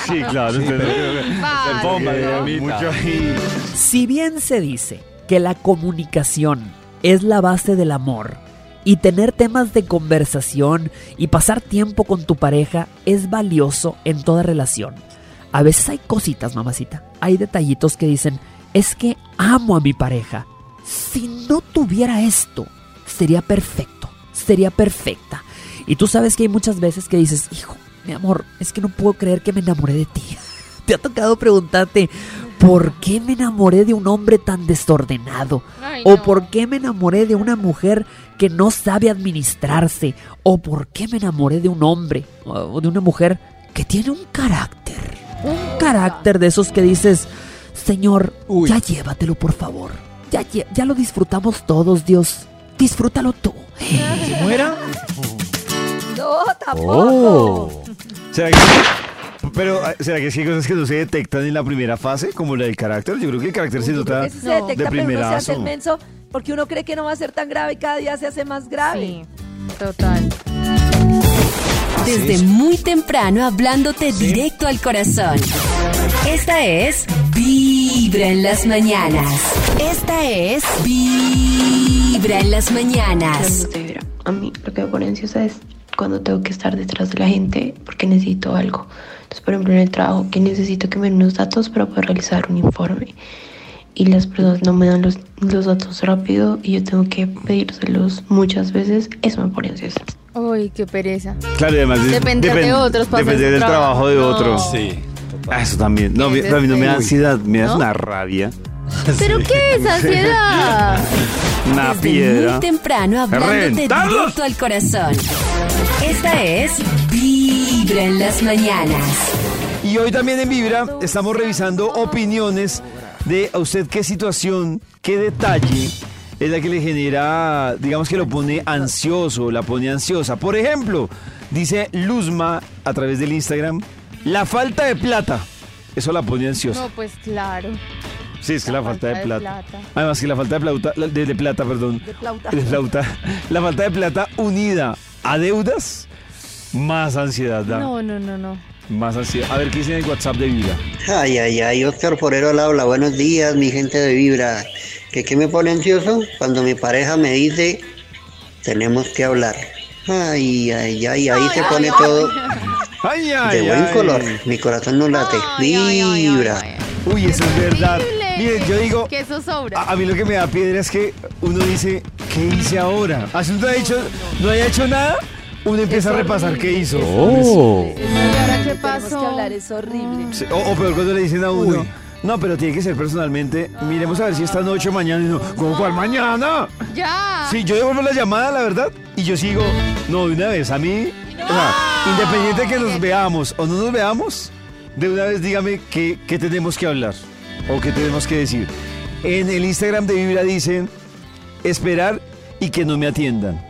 S1: Sí, claro, entonces,
S2: Vale,
S1: Bomba,
S2: ¿no?
S1: dinamita. mucho ahí.
S18: Si bien se dice que la comunicación es la base del amor y tener temas de conversación y pasar tiempo con tu pareja es valioso en toda relación, a veces hay cositas, mamacita, hay detallitos que dicen, es que amo a mi pareja. Si no tuviera esto, sería perfecto, sería perfecta. Y tú sabes que hay muchas veces que dices, hijo, mi amor, es que no puedo creer que me enamoré de ti. Te ha tocado preguntarte, ¿por qué me enamoré de un hombre tan desordenado?
S5: Ay,
S18: ¿O
S5: no.
S18: por qué me enamoré de una mujer que no sabe administrarse? ¿O por qué me enamoré de un hombre o de una mujer que tiene un carácter? Un carácter de esos que dices, Señor, ya llévatelo por favor. Ya, lle- ya lo disfrutamos todos, Dios. Disfrútalo tú.
S1: ¿Muera?
S2: No,
S1: Oh. ¿Será que, pero, ah, ¿será que sí hay cosas que no se detectan en la primera fase, como la del carácter? Yo creo que el carácter se nota
S2: Ese se detecta,
S1: de
S2: pero uno se hace
S1: primerazo.
S2: el menso porque uno cree que no va a ser tan grave y cada día se hace más grave.
S5: total.
S9: Desde muy temprano hablándote directo al corazón. Esta es Vibra en las mañanas. Esta es Vibra en las mañanas.
S19: A mí lo que me pone ansiosa es cuando tengo que estar detrás de la gente porque necesito algo. Entonces, por ejemplo, en el trabajo que necesito que me den unos datos para poder realizar un informe y las personas no me dan los, los datos rápido y yo tengo que pedírselos muchas veces, eso me pone ansiosa.
S5: Uy, qué pereza.
S1: Claro, y además.
S5: Depender de
S1: depen-
S5: otros para hacer
S1: Depender
S5: su
S1: del trabajo,
S5: trabajo.
S1: de
S5: No.
S1: otros. Sí. Eso también. No,
S5: Qué
S1: mi- a mí no me da
S5: desespero.
S1: ansiedad, me da
S5: ¿No?
S1: una rabia.
S5: ¿Pero qué es ansiedad?
S1: Una
S9: Desde
S1: piedra.
S9: muy temprano hablándote
S1: ¡Rentarlos!
S9: directo al corazón. Esta es Vibra en las mañanas.
S1: Y hoy también en Vibra estamos revisando opiniones de a usted qué situación, qué detalle es la que le genera, digamos que lo pone ansioso, la pone ansiosa. Por ejemplo, dice Luzma a través del Instagram, la falta de plata. Eso la pone ansiosa.
S5: No, pues claro.
S1: Sí, es que la, falta, de,
S5: falta de
S1: plata.
S5: plata.
S1: Además que la falta de plata, la- de, de plata, perdón. De
S2: plauta.
S1: La falta de plata unida a deudas, más ansiedad da.
S5: No, no, no, no.
S1: Más ansiedad. A ver, ¿qué dice en el WhatsApp de Vibra?
S20: Ay, ay, ay, Oscar Forero al habla. Buenos días, mi gente de Vibra. ¿Que qué me pone ansioso? Cuando mi pareja me dice, tenemos que hablar. Ay, ay, ay, ahí se pone todo
S1: Ay, ay,
S20: de buen
S1: ay.
S20: color. Mi corazón no late, vibra.
S1: Uy, eso es verdad. Miren, yo digo,
S5: Que eso sobra.
S1: a, a mí lo que me da piedra es que uno dice, ¿qué hice ahora? Así uno ha hecho, no haya hecho nada, uno empieza a repasar qué hizo.
S3: Oh.
S2: ahora qué pasó? que hablar, es horrible.
S1: Sí, O, o peor cuando le dicen a uno. No, pero tiene que ser personalmente. Miremos a ver si esta noche o mañana. Y no, ¿Cómo cuál mañana?
S5: Ya.
S1: Sí, yo devuelvo la llamada, la verdad, y yo sigo. No, de una vez. A mí, o sea, independiente de que nos veamos o no nos veamos, de una vez dígame qué, qué tenemos que hablar o qué tenemos que decir. En el Instagram de Vibra dicen esperar y que no me atiendan.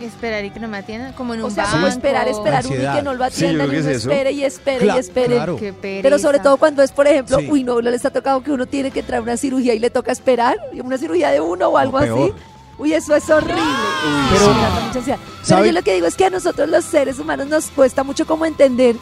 S5: Esperar y que no me atiendan, como en un
S2: O sea, como
S5: banco.
S2: esperar, esperar uno y que no lo
S1: Sí, yo
S2: atiendan
S1: creo que
S2: y uno
S1: es eso.
S2: espere y espere
S1: Cla-
S2: y espere.
S1: claro. Qué
S2: Pero sobre
S5: pereza.
S2: todo cuando es, por ejemplo,
S1: Sí.
S2: uy, no, no les ha tocado que uno tiene que traer una cirugía y le toca esperar, una cirugía de uno o algo así.
S1: peor.
S2: Uy, eso es horrible.
S1: Pero-
S2: Sí, me da mucha ansiedad. Pero
S1: ¿Sabe?
S2: yo lo que digo es que a nosotros los seres humanos nos cuesta mucho como entender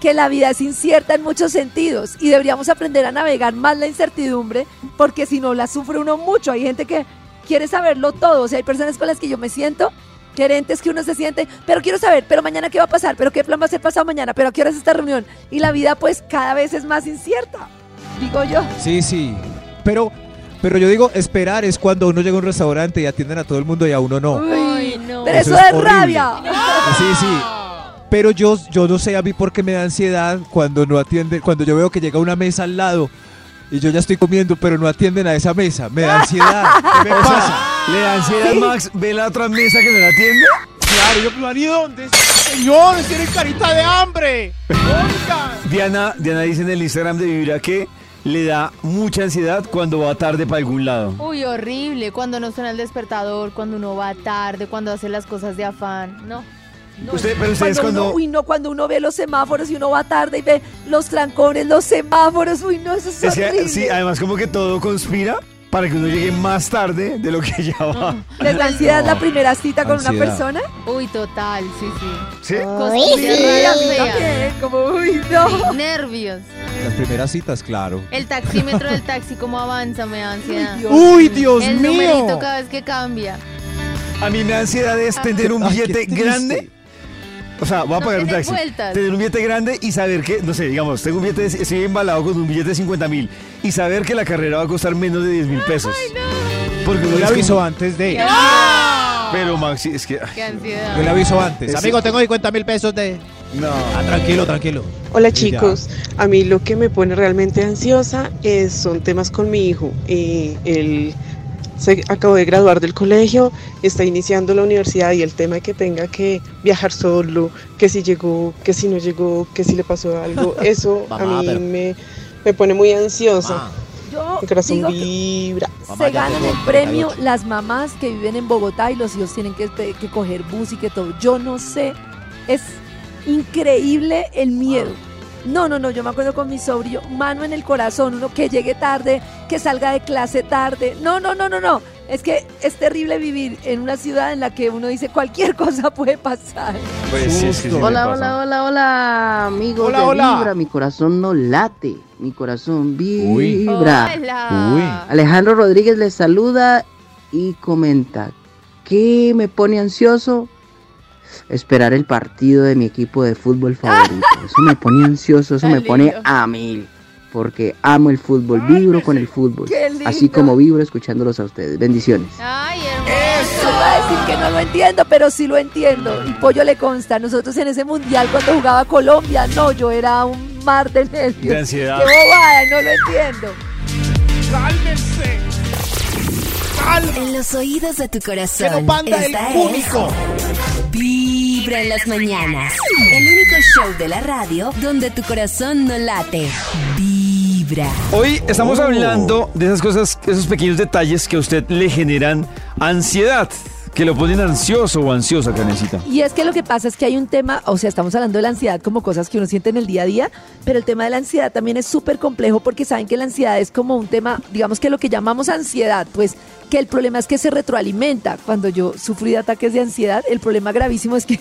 S2: que la vida es incierta en muchos sentidos y deberíamos aprender a navegar más la incertidumbre porque si no la sufre uno mucho. Hay gente que quiere saberlo todo, o sea, hay personas con las que yo me siento, gerentes que uno se siente, pero quiero saber, pero mañana qué va a pasar, pero qué plan va a ser pasado mañana, pero a qué hora es esta reunión y la vida pues cada vez es más incierta, digo yo.
S21: Sí, sí. Pero, pero yo digo, esperar es cuando uno llega a un restaurante y atienden a todo el mundo y a uno no.
S2: Pero
S21: Eso
S2: eso,
S21: es
S2: es,
S21: horrible.
S2: rabia.
S21: Sí, sí. Pero yo, yo no sé a mí por qué me da ansiedad cuando no atiende, cuando yo veo que llega una mesa al lado y yo ya estoy comiendo, pero no atienden a esa mesa. Me da ansiedad. ¿Qué me
S1: O sea,
S21: pasa?
S1: ¿Le da ansiedad, Max? ¿Ve la otra mesa que no la atiende?
S21: Claro, yo planeé dónde.
S17: Señores, tienen carita de hambre. Oigan.
S1: Diana, Diana dice en el Instagram de Vibra que le da mucha ansiedad cuando va tarde para algún lado.
S5: Uy, horrible. Cuando no suena el despertador, cuando uno va tarde, cuando hace las cosas de afán. No.
S1: Usted- pero ustedes
S2: uno-
S1: cuando-
S2: uy, no, cuando uno ve los semáforos y uno va tarde y ve los trancones, los semáforos, uy, no, eso es,
S1: Es que eh,
S2: horrible.
S1: sí, además como que todo conspira para que uno llegue más tarde de lo que ya va.
S2: ¿Les da Mm. ansiedad la primera cita con
S1: Ah.
S2: una
S1: Ansiedad.
S2: persona?
S5: Uy, total, sí, sí.
S1: ¿Sí?
S5: Cosquillas raras
S2: sí, a mí
S5: feas.
S2: también, como, uy, no.
S5: Sí, nervios.
S21: Las primeras citas, claro.
S5: El taxímetro del taxi, cómo avanza, me da ansiedad.
S21: Uy, Dios
S5: el
S21: mío.
S5: numerito cada vez que cambia.
S1: A mí me da ansiedad
S2: Ah.
S1: es tener un
S21: Ay, qué
S1: billete
S21: triste.
S1: grande. O sea, voy a
S5: No
S1: pagar un
S5: tener
S1: taxi.
S5: vueltas.
S1: Tener un billete grande y saber que, no sé, digamos, tengo un billete, de- estoy embalado con un billete de 50 mil y saber que la carrera va a costar menos de 10 mil pesos. Porque uno
S21: Yo le
S1: es como-
S21: aviso antes de.
S1: Pero Maxi, es que...
S5: Qué ansiedad.
S21: Yo le aviso antes.
S1: Es-
S21: Amigo, tengo 50 mil pesos de.
S1: No.
S21: Ah, tranquilo, tranquilo.
S16: Hola
S21: Y ya.
S16: chicos, a mí lo que me pone realmente ansiosa es- son temas con mi hijo. Eh, él se acabó de graduar del colegio, está iniciando la universidad y el tema de que tenga que viajar solo, que si llegó, que si no llegó, que si le pasó algo, eso
S2: Mamá,
S16: a mí
S2: pero-
S16: me, me pone muy ansiosa.
S2: Yo
S16: Mi corazón
S2: digo que
S16: vibra.
S2: se ganan el premio las mamás que viven en Bogotá y los hijos tienen que, pe- que coger bus y que todo. Yo no sé, es increíble el miedo. No, no, no, yo me acuerdo con mi sobrino, mano en el corazón, uno que llegue tarde, que salga de clase tarde. No, no, no, no, no. Es que es terrible vivir en una ciudad en la que uno dice cualquier cosa puede pasar.
S1: Pues sí, es que sí me
S22: Hola,
S1: pasa.
S22: hola, hola, hola, amigos
S2: Hola,
S22: de
S2: hola.
S22: Vibra. Mi corazón no late, mi corazón vibra.
S5: Hola.
S22: Alejandro Rodríguez les saluda y comenta, ¿qué me pone ansioso? Esperar el partido de mi equipo de fútbol favorito. Eso me pone ansioso, eso me
S23: Tan
S22: pone
S23: lindo.
S22: a mil. Porque amo el fútbol, vibro con el fútbol.
S2: Qué lindo.
S22: Así como vibro escuchándolos a ustedes. Bendiciones.
S2: Eso va a decir que no lo entiendo, pero sí lo entiendo. Y Pollo le consta, nosotros en ese mundial cuando jugaba Colombia, no, yo era un mar de nervios.
S1: De ansiedad.
S2: Qué bobada, no lo entiendo.
S17: Cálmense.
S9: En los oídos de tu corazón.
S17: Pero banda del
S9: esta es
S17: público.
S9: Vibra en las mañanas. El único show de la radio donde tu corazón no late. Vibra.
S1: Hoy estamos hablando de esas cosas, esos pequeños detalles que a usted le generan ansiedad, que lo ponen ansioso o ansiosa, Canecita.
S2: Y es que lo que pasa es que hay un tema, o sea, estamos hablando de la ansiedad como cosas que uno siente en el día a día, pero el tema de la ansiedad también es súper complejo porque saben que la ansiedad es como un tema, digamos que lo que llamamos ansiedad, pues que el problema es que se retroalimenta. Cuando yo sufrí de ataques de ansiedad, el problema gravísimo es que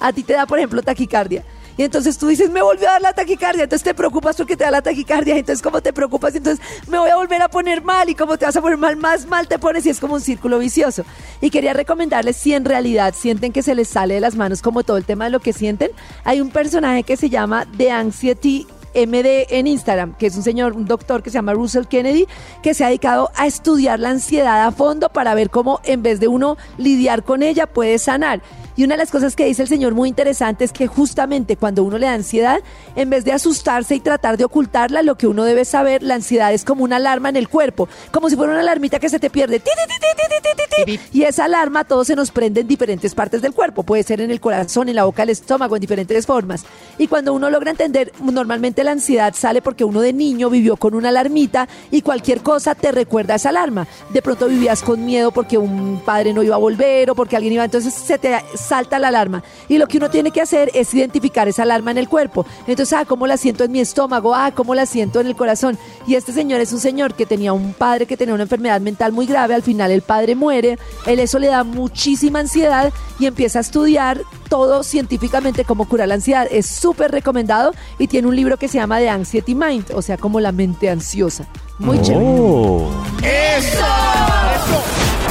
S2: a ti te da, por ejemplo, taquicardia. Y entonces tú dices, me volvió a dar la taquicardia. Entonces te preocupas porque te da la taquicardia. Entonces, ¿cómo te preocupas? Entonces, me voy a volver a poner mal. Y como te vas a poner mal, más mal te pones. Y es como un círculo vicioso. Y quería recomendarles si en realidad sienten que se les sale de las manos, como todo el tema de lo que sienten. Hay un personaje que se llama The Anxiety MD en Instagram, que es un señor, un doctor que se llama Russell Kennedy, que se ha dedicado a estudiar la ansiedad a fondo para ver cómo en vez de uno lidiar con ella puede sanar. Y una de las cosas que dice el señor muy interesante es que justamente cuando uno le da ansiedad, en vez de asustarse y tratar de ocultarla, lo que uno debe saber, la ansiedad es como una alarma en el cuerpo, como si fuera una alarmita que se te pierde. Ti, ti, ti, ti, ti, ti, ti, ti. Y esa alarma a todos se nos prende en diferentes partes del cuerpo, puede ser en el corazón, en la boca, el estómago, en diferentes formas. Y cuando uno logra entender, normalmente la ansiedad sale porque uno de niño vivió con una alarmita y cualquier cosa te recuerda a esa alarma. De pronto vivías con miedo porque un padre no iba a volver o porque alguien iba, entonces se te salta la alarma. Y lo que uno tiene que hacer es identificar esa alarma en el cuerpo. Entonces, ah, cómo la siento en mi estómago, ah, cómo la siento en el corazón. Y este señor es un señor que tenía un padre que tenía una enfermedad mental muy grave, al final el padre muere, él eso le da muchísima ansiedad y empieza a estudiar todo científicamente cómo curar la ansiedad. Es súper recomendado y tiene un libro que se llama The Anxiety Mind, o sea, como la mente ansiosa. Muy
S9: ¡Eso!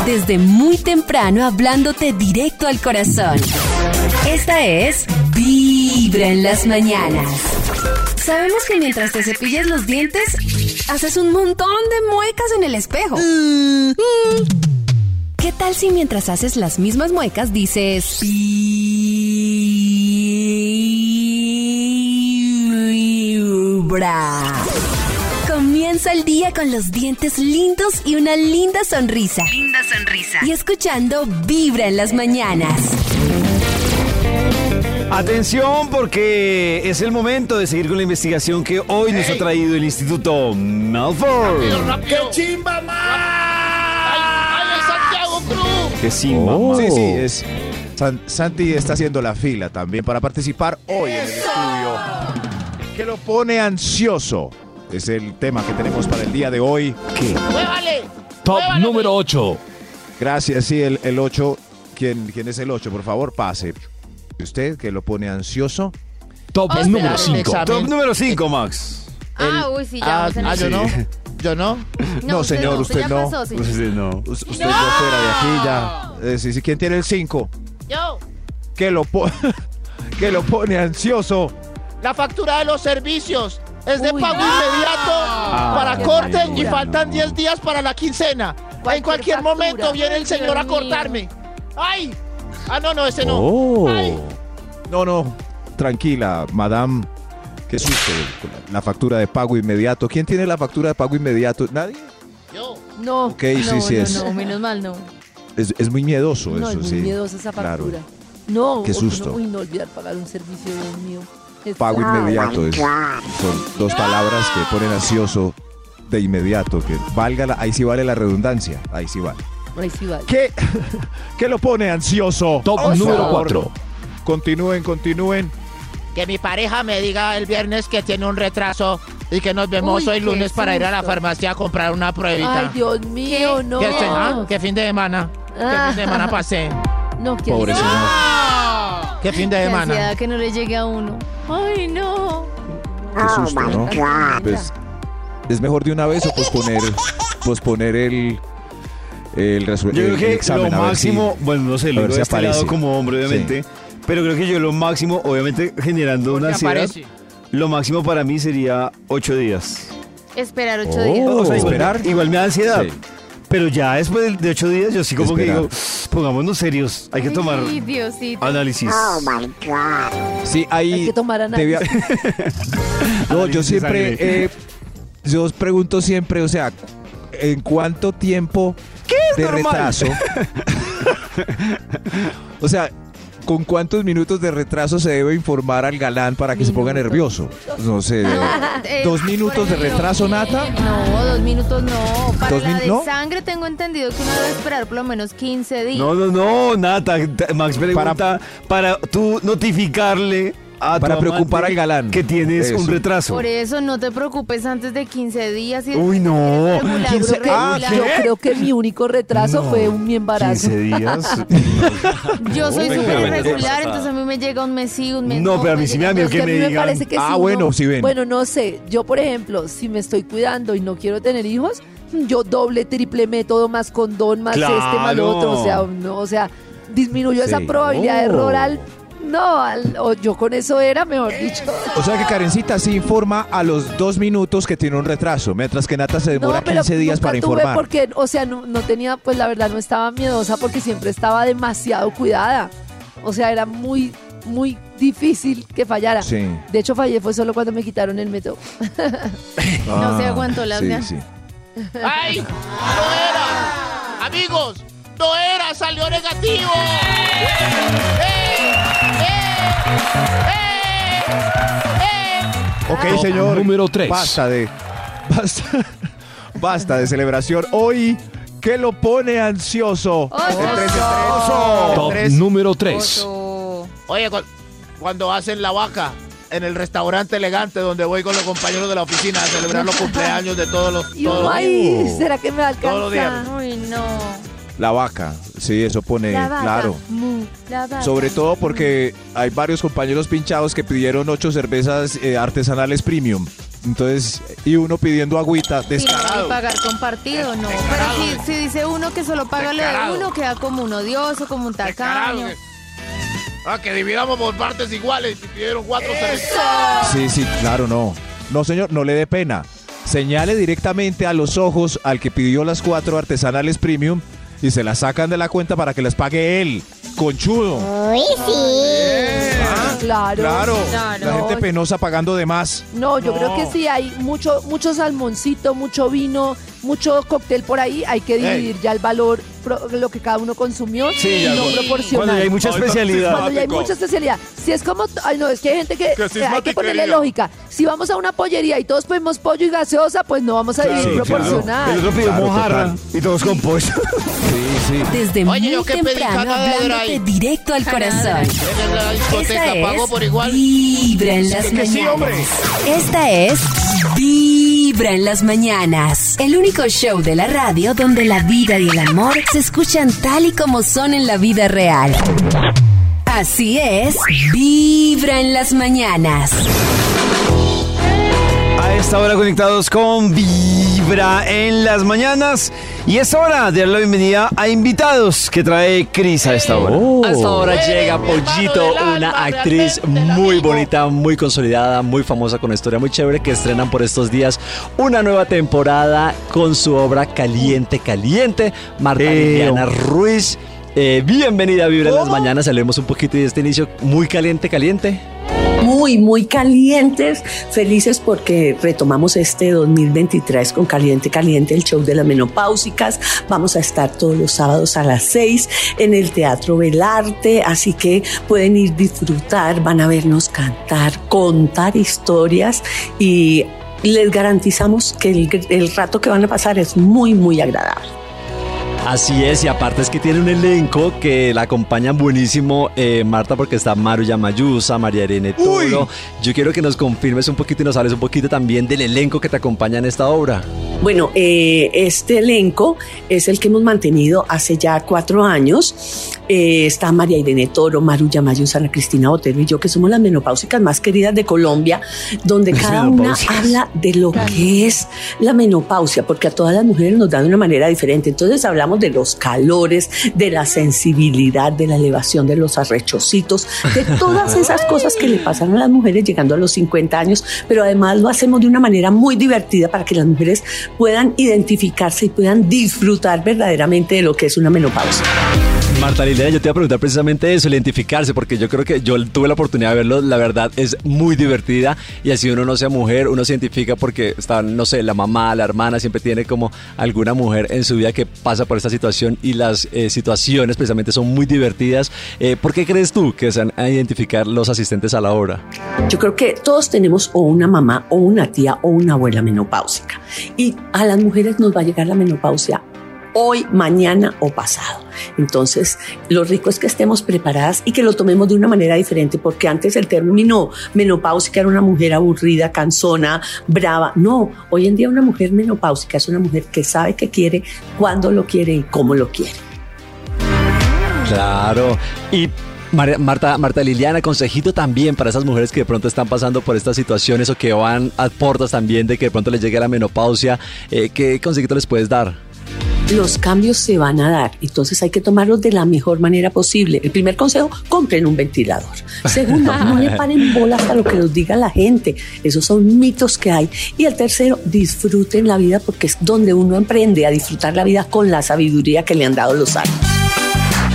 S9: Desde muy temprano hablándote directo al corazón. Esta es Vibra en las mañanas. Sabemos que mientras te cepillas los dientes, haces un montón de muecas en el espejo. ¿Qué tal si mientras haces las mismas muecas dices Vibra? Comienza el día con los dientes lindos y una linda sonrisa.
S8: Linda sonrisa.
S9: Y escuchando Vibra en las mañanas.
S1: Atención porque es el momento de seguir con la investigación que hoy nos ha traído el Instituto Malford.
S6: ¡Qué chimba
S1: Que Simba.
S4: Sí, sí, es. San- Santi está haciendo la fila también para participar hoy en el estudio. Que lo pone ansioso. Es el tema que tenemos para el día de hoy. ¿Qué?
S17: ¡Muévale!
S4: Top número 8. Gracias, sí, el, 8. ¿Quién, ¿Quién es el 8? Por favor, pase. Usted que lo pone ansioso. Top
S5: Ah, número espera, cinco. el examen.
S1: Top número 5, Max.
S5: Ah, uy, sí, ya.
S4: ah,
S5: vamos en
S4: ah,
S5: el-
S4: yo no.
S7: Yo no.
S4: No,
S5: No, usted
S4: señor,
S5: no, usted
S4: usted,
S5: ya
S4: no.
S5: pasó, señor.
S1: Usted no.
S4: Us- Usted no fuera de aquí ya. Eh, sí, sí, ¿Quién tiene el 5?
S17: Yo.
S4: Que lo, po- que lo pone ansioso.
S17: La factura de los servicios es de pago inmediato
S4: Ah,
S17: para
S4: qué
S17: corte y
S4: factura,
S17: faltan 10 días para la quincena. en cualquier momento viene el
S4: Dios
S17: señor a
S4: mío.
S17: cortarme. ¡Ay! Ah, no, no, ese no.
S4: Oh.
S17: Ay.
S4: No, no. Tranquila, madame. ¿Qué susto? con la- La factura de pago inmediato. ¿Quién tiene la factura de pago inmediato? Nadie.
S2: No.
S4: Ok, sí,
S5: no,
S4: sí
S5: no,
S4: es.
S5: no, menos mal, no.
S4: Es, es muy miedoso
S2: No,
S4: eso,
S2: es muy
S4: sí.
S2: miedosa esa
S4: Claro.
S2: factura. No,
S4: Qué
S2: porque uno-
S4: susto.
S2: uy, no olvidar pagar un servicio, Dios mío. Es-
S4: Pago
S2: Ah,
S4: inmediato
S2: my
S4: es-
S2: God.
S4: son dos palabras que ponen ansioso de inmediato. Que valga la- ahí sí vale la redundancia. Ahí sí vale.
S2: Ahí sí vale.
S4: ¿Qué? ¿Qué lo pone ansioso? Top
S17: número
S4: cuatro. Continúen, continúen.
S17: Que mi pareja me diga el viernes que tiene un retraso y que nos vemos
S2: Uy,
S17: hoy
S2: qué
S17: lunes para ir a la
S2: susto.
S17: farmacia a comprar una pruebita.
S2: Ay, Dios mío, no.
S17: Que, este- ah, que fin de semana.
S5: Ah.
S17: Que fin de semana pasé.
S2: No, que
S17: Pobre
S1: Ah.
S17: Que fin de
S5: Qué
S17: semana.
S5: ansiedad que no le llegue a uno. Ay, no. Oh,
S4: Qué susto, ¿no? Pues, es mejor de una vez o posponer, posponer el, el, resu-
S1: Yo creo
S4: el
S1: que
S4: examen.
S1: lo
S4: a ver
S1: máximo,
S4: si-
S1: bueno, no sé,
S4: a
S1: lo
S4: ver
S1: digo
S4: si
S1: de este
S4: aparece.
S1: lado como hombre, obviamente. Pero creo que yo lo máximo, obviamente generando una ansiedad,
S5: aparece.
S1: lo máximo para mí sería ocho días.
S5: Esperar
S4: oh,
S5: ocho
S1: O sea,
S5: días.
S1: Oh. igual- Igual me da ansiedad. Pero ya después de- de ocho días, yo sí como
S4: Esperar.
S1: que digo, pongámonos serios, hay que tomar
S5: Ay, Diosito.
S1: análisis.
S5: Oh, my God.
S4: Sí, ahí
S5: Hay que tomar
S4: debía- no, yo
S1: Análisis de
S4: siempre,
S1: sangre.
S4: eh, yo os pregunto siempre, o sea, ¿en cuánto tiempo
S1: es
S4: de
S1: normal?
S4: retraso? o sea, ¿con cuántos minutos de retraso se debe informar al galán para que se ponga nervioso? No sé,
S5: Eh,
S4: dos minutos de
S5: por ejemplo,
S4: retraso, Nata.
S5: No, dos minutos no. Para
S4: ¿Dos
S5: la
S4: min-
S5: de
S4: no?
S5: sangre tengo entendido que uno debe esperar por lo menos 15 días.
S1: No, no, no, Nata. ta- Max pregunta para, tú notificarle a tu
S4: Para preocupar
S1: amante
S4: al galán.
S1: Que tienes un
S4: Eso.
S1: retraso.
S5: Por eso no te preocupes antes de 15 días. Y
S1: Uy, no.
S5: Regular,
S2: Yo creo que-
S5: regular.
S2: yo creo que mi único retraso fue un mi embarazo.
S1: 15 días.
S5: Yo soy
S1: No,
S5: súper
S1: pero-
S5: irregular, entonces a mí me llega un mes sí, un mes
S1: No, pero a mí sí me da miedo
S2: Es que
S1: que
S2: a
S1: me
S2: mí me
S1: digan. "Ah,
S2: parece que si uno- Bueno, no sé. Yo, por ejemplo, si me estoy cuidando y no quiero tener hijos, yo doble, triple método, más condón, más este, más lo otro. O sea,
S24: Claro.
S2: no, o sea, disminuyo esa
S4: Sí.
S2: probabilidad de
S4: Oh.
S2: error al. No, al- o yo con eso era, mejor dicho.
S4: O sea que Karencita sí informa a los dos minutos que tiene un retraso, mientras que Nata se demora
S2: no, pero
S4: 15 días
S2: nunca
S4: para
S2: tuve
S4: informar.
S2: porque, o sea, no, no tenía, pues la verdad no estaba miedosa porque siempre estaba demasiado cuidada. O sea, era muy, muy difícil que fallara.
S4: Sí.
S2: De hecho, fallé fue solo cuando me quitaron el método.
S5: No se aguantó la
S4: sí,
S5: mía.
S4: sí.
S7: ¡Ay! ¡No era! Amigos, no era, salió negativo. ¡Eh!
S6: Ok, señor.
S4: Número 3.
S6: Basta
S4: de. Basta, basta de celebración. Hoy, ¿qué lo pone ansioso?
S7: Top
S4: número
S7: Oye, cu- cuando hacen la vaca en el restaurante elegante donde voy con los compañeros de la oficina a celebrar los cumpleaños de todos los...
S2: Y
S7: todos
S2: uno
S7: los-
S2: ahí, ¿será que me
S7: Todos los días.
S2: alcanza?
S5: Uy, no.
S4: La vaca. Sí, eso pone.
S5: La vaca,
S4: Claro.
S5: mu, la vaca.
S4: Sobre todo porque hay varios compañeros pinchados que pidieron ocho cervezas eh, artesanales premium. Entonces, y uno pidiendo agüita,
S5: Y no,
S4: descarado.
S5: y pagar compartido, no. Pero si, si dice uno que solo paga lo de
S7: Descarado.
S5: uno, queda como un odioso, como un tacaño.
S7: Ah, que dividamos por partes iguales y pidieron cuatro cervezas.
S4: Sí, sí, claro, no. No, señor, no le dé pena. Señale directamente a los ojos al que pidió las cuatro artesanales premium y se las sacan de la cuenta para que las pague él, conchudo.
S25: Uy, sí.
S2: Claro.
S4: Ah, Claro, la gente penosa pagando de más.
S2: No, yo
S4: No.
S2: creo que sí, hay mucho, mucho salmoncito, mucho vino, mucho cóctel por ahí. Hay que dividir ya el valor, pro- lo que cada uno consumió,
S1: Sí,
S2: y
S1: ya,
S2: no
S1: cuando-
S2: proporcional.
S1: cuando ya hay mucha Ay, no, especialidad.
S2: Cuando ya hay
S1: sismático.
S2: mucha especialidad. Si es como, ay no, es que hay gente que,
S1: Que
S2: eh, hay que
S1: sismático,
S2: ponerle
S1: querida.
S2: lógica. Si vamos a una pollería y todos pedimos pollo y gaseosa, pues no vamos a
S1: Claro,
S2: dividir
S1: sí, claro.
S2: proporcional.
S1: El otro pidió
S4: Claro,
S1: mojarra
S4: total.
S1: y todos con pollo.
S4: Sí,
S9: Desde
S7: Oye, yo
S9: muy
S7: que pedí
S9: temprano
S7: canadá de
S9: hablándote
S7: dry.
S9: directo al corazón.
S7: En la discoteca
S9: Esta es
S7: pago por igual.
S9: Vibra en las
S7: Que
S9: mañanas.
S7: sí, hombre.
S9: Esta es Vibra en las mañanas. El único show de la radio donde la vida y el amor se escuchan tal y como son en la vida real. Así es, Vibra en las mañanas.
S1: A esta hora conectados con Vibra en las mañanas. Y es hora de dar la bienvenida a invitados que trae Cris a esta hora.
S3: A esta hora llega Pollito, una actriz muy bonita, muy consolidada, muy famosa, con una historia muy chévere, que estrenan por estos días una nueva temporada con su obra Caliente, Caliente, Marta Liliana Ruiz. Eh, bienvenida a Vibra en las Mañanas, hablemos un poquito de este inicio muy caliente, caliente.
S23: Muy, muy calientes, felices porque retomamos este 2023 con Caliente Caliente, el show de las menopáusicas. Vamos a estar todos los sábados a las 6 en el Teatro Belarte, así que pueden ir disfrutar, van a vernos cantar, contar historias y les garantizamos que el- el rato que van a pasar es muy, muy agradable.
S3: Así es, y aparte es que tiene un elenco que la acompañan buenísimo, eh, Marta, porque está Maru Yamayusa, María Irene Toro. Yo quiero que nos confirmes un poquito y nos hables un poquito también del elenco que te acompaña en esta obra.
S23: Bueno, eh, este elenco es el que hemos mantenido hace ya cuatro años. Eh, está María Irene Toro, Maru Yamayo, Ana Cristina Otero y yo, que somos las menopáusicas más queridas de Colombia, donde cada una
S26: menopáusicas.
S23: habla de lo que es la menopausia, porque a todas las mujeres nos dan de una manera diferente. Entonces hablamos de los calores, de la sensibilidad, de la elevación de los arrechocitos, de todas esas cosas que le pasan a las mujeres llegando a los 50 años, pero además lo hacemos de una manera muy divertida para que las mujeres puedan identificarse y puedan disfrutar verdaderamente de lo que es una menopausia.
S3: Marta Liliana, yo te iba a preguntar precisamente eso, identificarse, porque yo creo que yo tuve la oportunidad de verlo, la verdad es muy divertida y así uno no sea mujer, uno se identifica porque está, no sé, la mamá, la hermana, siempre tiene como alguna mujer en su vida que pasa por esta situación y las eh, situaciones precisamente son muy divertidas. Eh, ¿Por qué crees tú que se van a identificar los asistentes a la obra?
S23: Yo creo que todos tenemos o una mamá o una tía o una abuela menopáusica. Y a las mujeres nos va a llegar la menopausia hoy, mañana o pasado. Entonces, lo rico es que estemos preparadas y que lo tomemos de una manera diferente, porque antes el término menopáusica era una mujer aburrida, cansona, brava. No, hoy en día una mujer menopáusica es una mujer que sabe qué quiere, cuándo lo quiere y cómo lo quiere.
S3: Claro. Y Mar- Marta, Marta Liliana, consejito también para esas mujeres que de pronto están pasando por estas situaciones o que van a puertas también de que de pronto les llegue la menopausia. eh, ¿Qué consejito les puedes dar?
S23: Los cambios se van a dar, entonces hay que tomarlos de la mejor manera posible. El primer consejo, compren un ventilador. Segundo, no le paren bolas a lo que nos diga la gente. Esos son mitos que hay. Y el tercero, disfruten la vida porque es donde uno emprende a disfrutar la vida con la sabiduría que le han dado los años.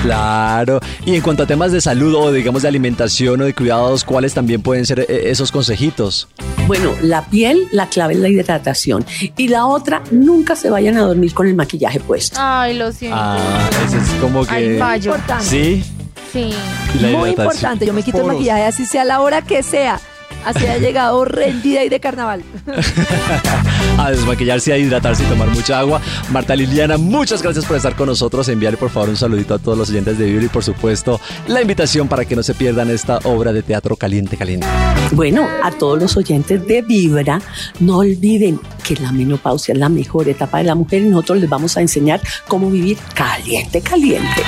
S3: Claro. Y en cuanto a temas de salud o digamos de alimentación o de cuidados, ¿cuáles también pueden ser eh, esos consejitos?
S23: Bueno, la piel, la clave es la hidratación. Y la otra, nunca se vayan a dormir con el maquillaje puesto.
S5: Ay, lo siento.
S3: Ah, eso es como que...
S5: Ay, fallo.
S3: Sí.
S5: Sí.
S3: Y la
S2: Muy
S3: hidratación.
S2: importante, yo me quito el
S3: Poros.
S2: maquillaje así sea la hora que sea. Así ha llegado rendida y de carnaval.
S3: a desmaquillarse, a hidratarse y tomar mucha agua. Marta Liliana, muchas gracias por estar con nosotros. Enviarle por favor un saludito a todos los oyentes de Vibra y por supuesto la invitación para que no se pierdan esta obra de teatro caliente, caliente.
S23: Bueno, a todos los oyentes de Vibra, no olviden que la menopausia es la mejor etapa de la mujer y nosotros les vamos a enseñar cómo vivir caliente, caliente.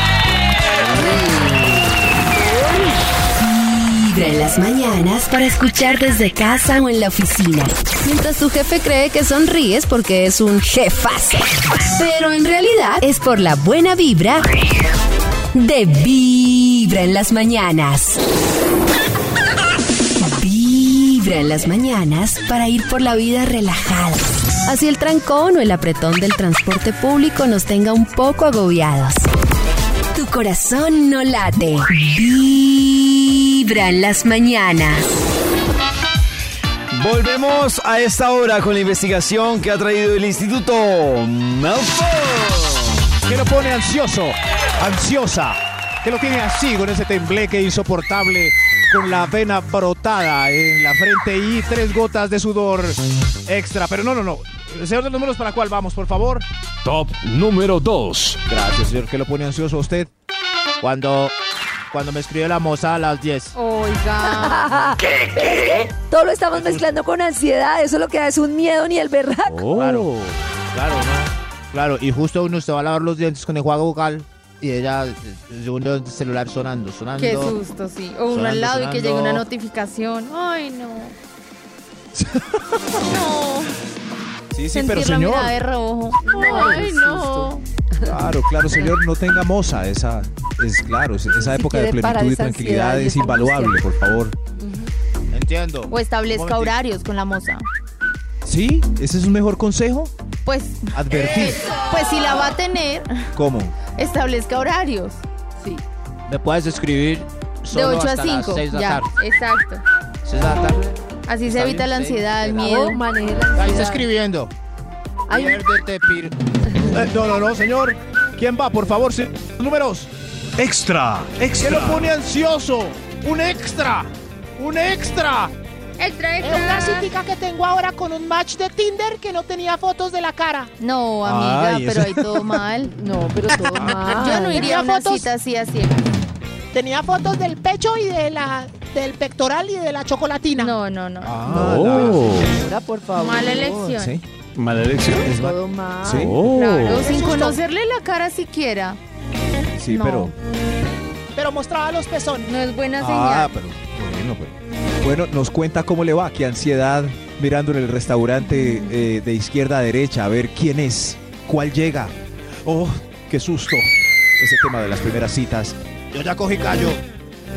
S9: Vibra en las mañanas para escuchar desde casa o en la oficina. Mientras tu jefe cree que sonríes porque es un jefazo. Pero en realidad es por la buena vibra de Vibra en las mañanas. Vibra en las mañanas para ir por la vida relajada. Así el trancón o el apretón del transporte público nos tenga un poco agobiados. Tu corazón no late. Vibra en las mañanas.
S1: Volvemos a esta hora con la investigación que ha traído el Instituto Malfoy.
S4: que lo pone ansioso, ansiosa, que lo tiene así con ese tembleque insoportable, con la vena brotada en la frente y tres gotas de sudor extra. Pero no, no, no. Señor de los números, ¿para cuál vamos, por favor?
S6: Top número 2.
S4: Gracias, señor, que lo pone ansioso a usted. Cuando, cuando me escribe la moza a las 10.
S2: Oiga. Es que todo lo estamos mezclando con ansiedad. Eso lo que da es un miedo ni el berraco.
S7: Oh.
S4: Claro, claro, ¿no? claro. Y justo uno se va a lavar los dientes con el juego vocal y ella, eh, uno el celular sonando, sonando.
S5: Qué susto, sí. O uno
S4: Sonando,
S5: al lado y que llegue una
S4: sonando.
S5: notificación. Ay, no.
S4: Sí, sí,
S5: Sentir
S4: pero
S5: la
S4: señor.
S5: mirada de rojo.
S2: Ay,
S5: Ay, no.
S4: Claro, claro, señor, no tenga moza. Esa es claro, es- esa época de
S5: quiere parar
S4: plenitud y
S5: esa ansiedad
S4: tranquilidad es
S5: y esa
S4: invaluable, por favor. Entiendo.
S5: O establezca horarios con la moza.
S4: ¿Sí? ¿Ese es un mejor consejo?
S5: Pues,
S4: Advertir.
S5: pues si la va a tener,
S4: ¿Cómo?
S5: establezca horarios. Sí.
S7: Me puedes escribir
S5: De
S7: solo
S5: 8 a
S7: hasta las
S5: 5.
S7: seis de la
S5: Ya,
S7: tarde.
S5: exacto.
S7: Seis de la tarde.
S5: Así se
S7: Está
S5: evita
S7: bien,
S5: la
S7: sí,
S5: ansiedad, el
S7: te la
S17: Oh,
S5: miedo.
S7: doy.
S5: Ahí
S4: está escribiendo.
S7: Piérdete, pir-
S4: Eh, no, no, no, señor. ¿Quién va, por favor? se- Números.
S6: Extra,
S4: ¿Qué lo pone ansioso? ¡Un extra! ¡Un extra!
S5: Extra,
S17: extra. una citica que tengo ahora con un match de Tinder que no tenía fotos de la cara.
S5: No,
S1: Ah,
S5: amiga,
S17: Ay,
S5: pero
S17: eso-
S5: ahí todo mal. No, pero todo
S17: mal.
S5: Yo no
S17: Tenía
S5: iría a una
S17: fotos-
S5: cita así a ciegas.
S17: Tenía fotos del pecho y de la del pectoral y de la chocolatina. Ah.
S5: No, no, Ah, no.
S2: Señora, por favor.
S5: Mala elección. Sí.
S1: ¿Mala elección?
S2: Todo mal.
S1: Sí.
S4: Oh.
S5: Claro, sin conocerle la cara siquiera.
S4: Sí, pero.
S5: Pero mostraba los pezones. No es buena
S4: Ah,
S5: señal.
S4: pero bueno, pues. Bueno, nos cuenta cómo le va, qué ansiedad mirando en el restaurante eh, de izquierda a derecha, a ver quién es, cuál llega. Oh, qué susto. Ese tema de las primeras citas. Yo ya cogí callo.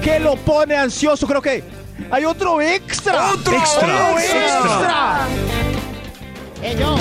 S4: ¿Qué lo pone ansioso? Creo que hay otro extra. ¡Otro
S17: extra!
S4: extra!
S17: Eh, yo,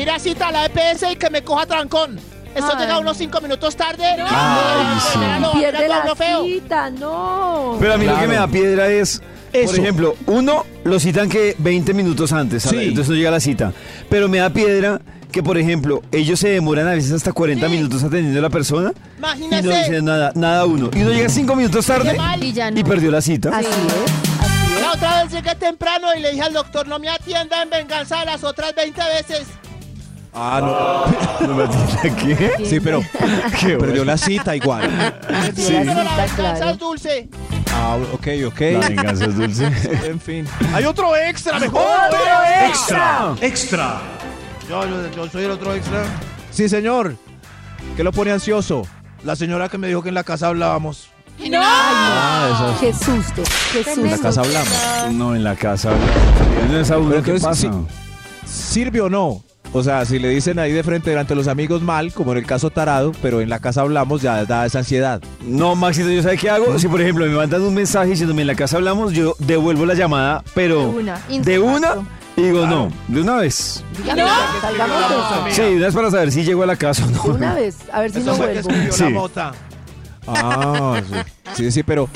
S17: ir a cita a la EPS y que me coja trancón. Esto llega unos 5 minutos tarde.
S1: Ay, sí.
S2: Pierde la
S17: feo.
S2: cita, no.
S1: Pero a mí lo que me da piedra es,
S2: Eso.
S1: por ejemplo, uno lo citan que 20 minutos antes, a la- entonces no llega la cita. Pero me da piedra que, por ejemplo, ellos se demoran a veces hasta 40 minutos atendiendo a la persona y no dicen nada, nada a uno. Y uno llega 5 minutos tarde
S5: Y ya no.
S1: y perdió la cita.
S17: La otra vez llegué temprano y le dije al doctor, no me atienda en venganza de las otras 20 veces.
S4: Ah, no. ¿Qué? Sí, pero perdió la cita igual.
S17: Sí. Pero la venganza es dulce.
S4: Ah, ok, ok.
S1: La venganza es dulce.
S4: En fin.
S17: Hay otro extra, mejor.
S6: Extra, extra.
S7: Yo, yo, yo soy el otro extra.
S4: Sí, señor. ¿Qué lo pone ansioso?
S7: La señora que me dijo que en la casa hablábamos.
S2: ¡No!
S4: Ah,
S2: ¡Qué susto! ¡Qué susto!
S4: En la casa hablamos.
S1: No, en la casa. hablamos. No es aún
S4: Pero
S1: lo que
S4: entonces,
S1: pasa.
S4: sí- ¿Sirve o no? O sea, si le dicen ahí de frente delante de los amigos mal, como en el caso Tarado, pero en la casa hablamos, ya da esa ansiedad.
S1: No, Maxito, ¿yo sabes qué hago? Si, por ejemplo, me mandan un mensaje diciéndome en la casa hablamos, yo devuelvo la llamada, pero
S5: De una.
S1: de una y digo no, de una vez.
S2: No, salgamos de eso.
S1: Sí, de una vez para saber si llego a la casa o no.
S2: De Una vez, a ver si no vuelvo.
S4: Sí. Ah, sí. sí, sí, pero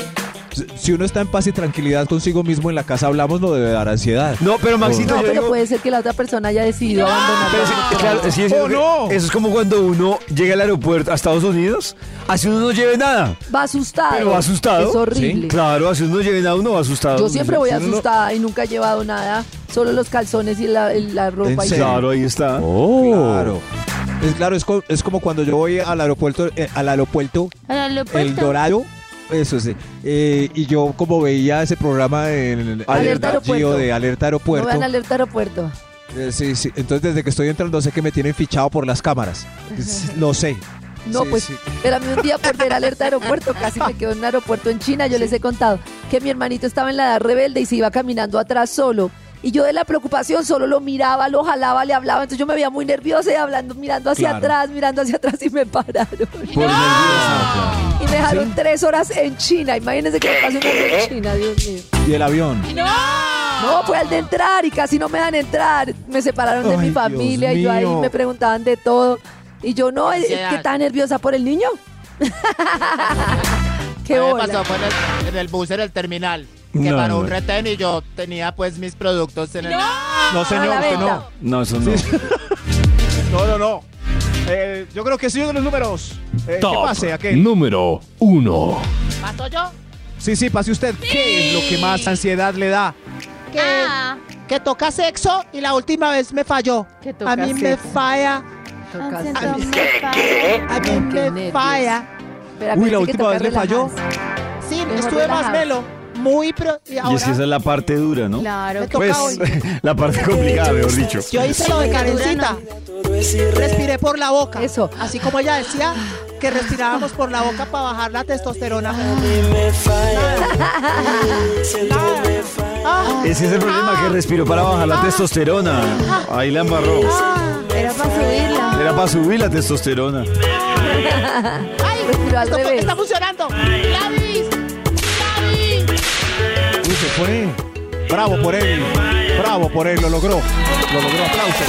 S4: s- si uno está en paz y tranquilidad consigo mismo en la casa hablamos, no debe dar ansiedad. Oh.
S1: No, pero Maxito,
S2: No,
S1: yo
S2: pero
S1: digo-
S2: puede ser que la otra persona haya decidido abandonar.
S1: Pero sí, claro, sí, sí, porque Eso es como cuando uno llega al aeropuerto a Estados Unidos, así uno no lleve nada.
S2: Va asustado.
S1: Pero va asustado.
S2: Es horrible.
S1: Claro, así uno no lleve nada, uno va asustado.
S2: Yo siempre voy
S1: Uno no-
S2: asustada y nunca he llevado nada, solo los calzones y la, el- la ropa.
S1: ¿En
S2: y
S1: serio?
S2: todo.
S1: Claro, ahí está.
S4: Claro. Oh. Es claro, es, co- es como cuando yo voy al aeropuerto, eh, al aeropuerto,
S5: Al aeropuerto.
S4: el Dorado, eso sí. eh, y yo como veía ese programa en el-
S2: Alerta
S4: en el Gio
S2: Aeropuerto.
S4: de Alerta
S2: No
S4: Aeropuerto.
S2: vean alerta aeropuerto.
S4: eh, sí, sí. Entonces desde que estoy entrando sé que me tienen fichado por las cámaras. Es- Lo sé.
S2: No,
S4: Sí,
S2: pues,
S4: sí.
S2: pero a mí un día por ver alerta aeropuerto, casi me quedo en un aeropuerto en China, yo les he contado que mi hermanito estaba en la edad rebelde y se iba caminando atrás solo. Y yo de la preocupación solo lo miraba, lo jalaba, le hablaba. Entonces yo me veía muy nerviosa y hablando, mirando hacia
S4: Claro.
S2: atrás, mirando hacia atrás y me pararon.
S4: Por nerviosa, claro.
S2: Y me dejaron tres horas en China. Imagínense que me pasó una hora en China, Dios mío.
S4: Y el avión.
S2: No, fue al de entrar y casi no me dejan entrar. Me separaron de
S4: Ay,
S2: mi
S4: Dios
S2: familia y yo ahí
S4: mío.
S2: me preguntaban de todo. Y yo no, es que estaba nerviosa por el niño. Qué
S7: A mí me
S2: bola.
S7: pasó fue en el, en el bus en el terminal. Que
S1: No,
S7: paró un
S1: no.
S7: retén y yo tenía pues mis productos en el.
S4: No,
S7: A la
S4: señor, usted no.
S7: venta.
S1: No, eso no.
S4: No, no, no. Eh, yo creo que sí de los números. Eh, ¿Qué
S6: Top
S4: pase? ¿A qué?
S6: número uno.
S7: ¿Paso yo?
S4: Sí, sí, pase usted. ¿Qué es lo que más ansiedad le da?
S17: Que,
S5: Ah.
S17: que toca sexo y la última vez me falló.
S7: toca
S17: A mí me
S7: sexo.
S17: falla. A mí- A mí me falla.
S4: Uy, la última vez le falló.
S17: Sí,
S2: Mejor
S17: estuve más
S2: relajarse.
S17: melo. Muy pro. Y
S1: Y es que
S17: ahora
S1: esa es la parte dura, ¿no?
S17: Claro.
S1: Pues,
S17: Me toca
S1: la parte complicada, mejor dicho.
S17: yo hice lo de Karencita. Respiré por la boca.
S2: Eso.
S17: Así como ella decía que respirábamos por la boca para bajar la testosterona.
S2: Ah.
S17: Nada. Ah,
S1: Ese es el problema, que respiró para bajar la testosterona. Ahí la embarró.
S17: Ah.
S5: Era para subirla.
S1: Era para subir la testosterona.
S17: ¡Ay!
S2: Respiró al
S17: esto fue-
S2: revés.
S17: está funcionando. ¡Lavis! ¡Lavis!
S4: Uy, se fue. Bravo por él. Bravo por él, lo logró. Lo logró, aplausos.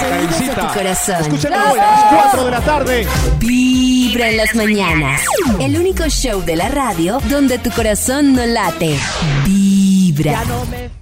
S9: Oídos a tu corazón.
S4: Escuchen ahora, a las 4 de la tarde.
S9: Vibra en las mañanas. El único show de la radio donde tu corazón no late. Vibra.
S17: Ya no me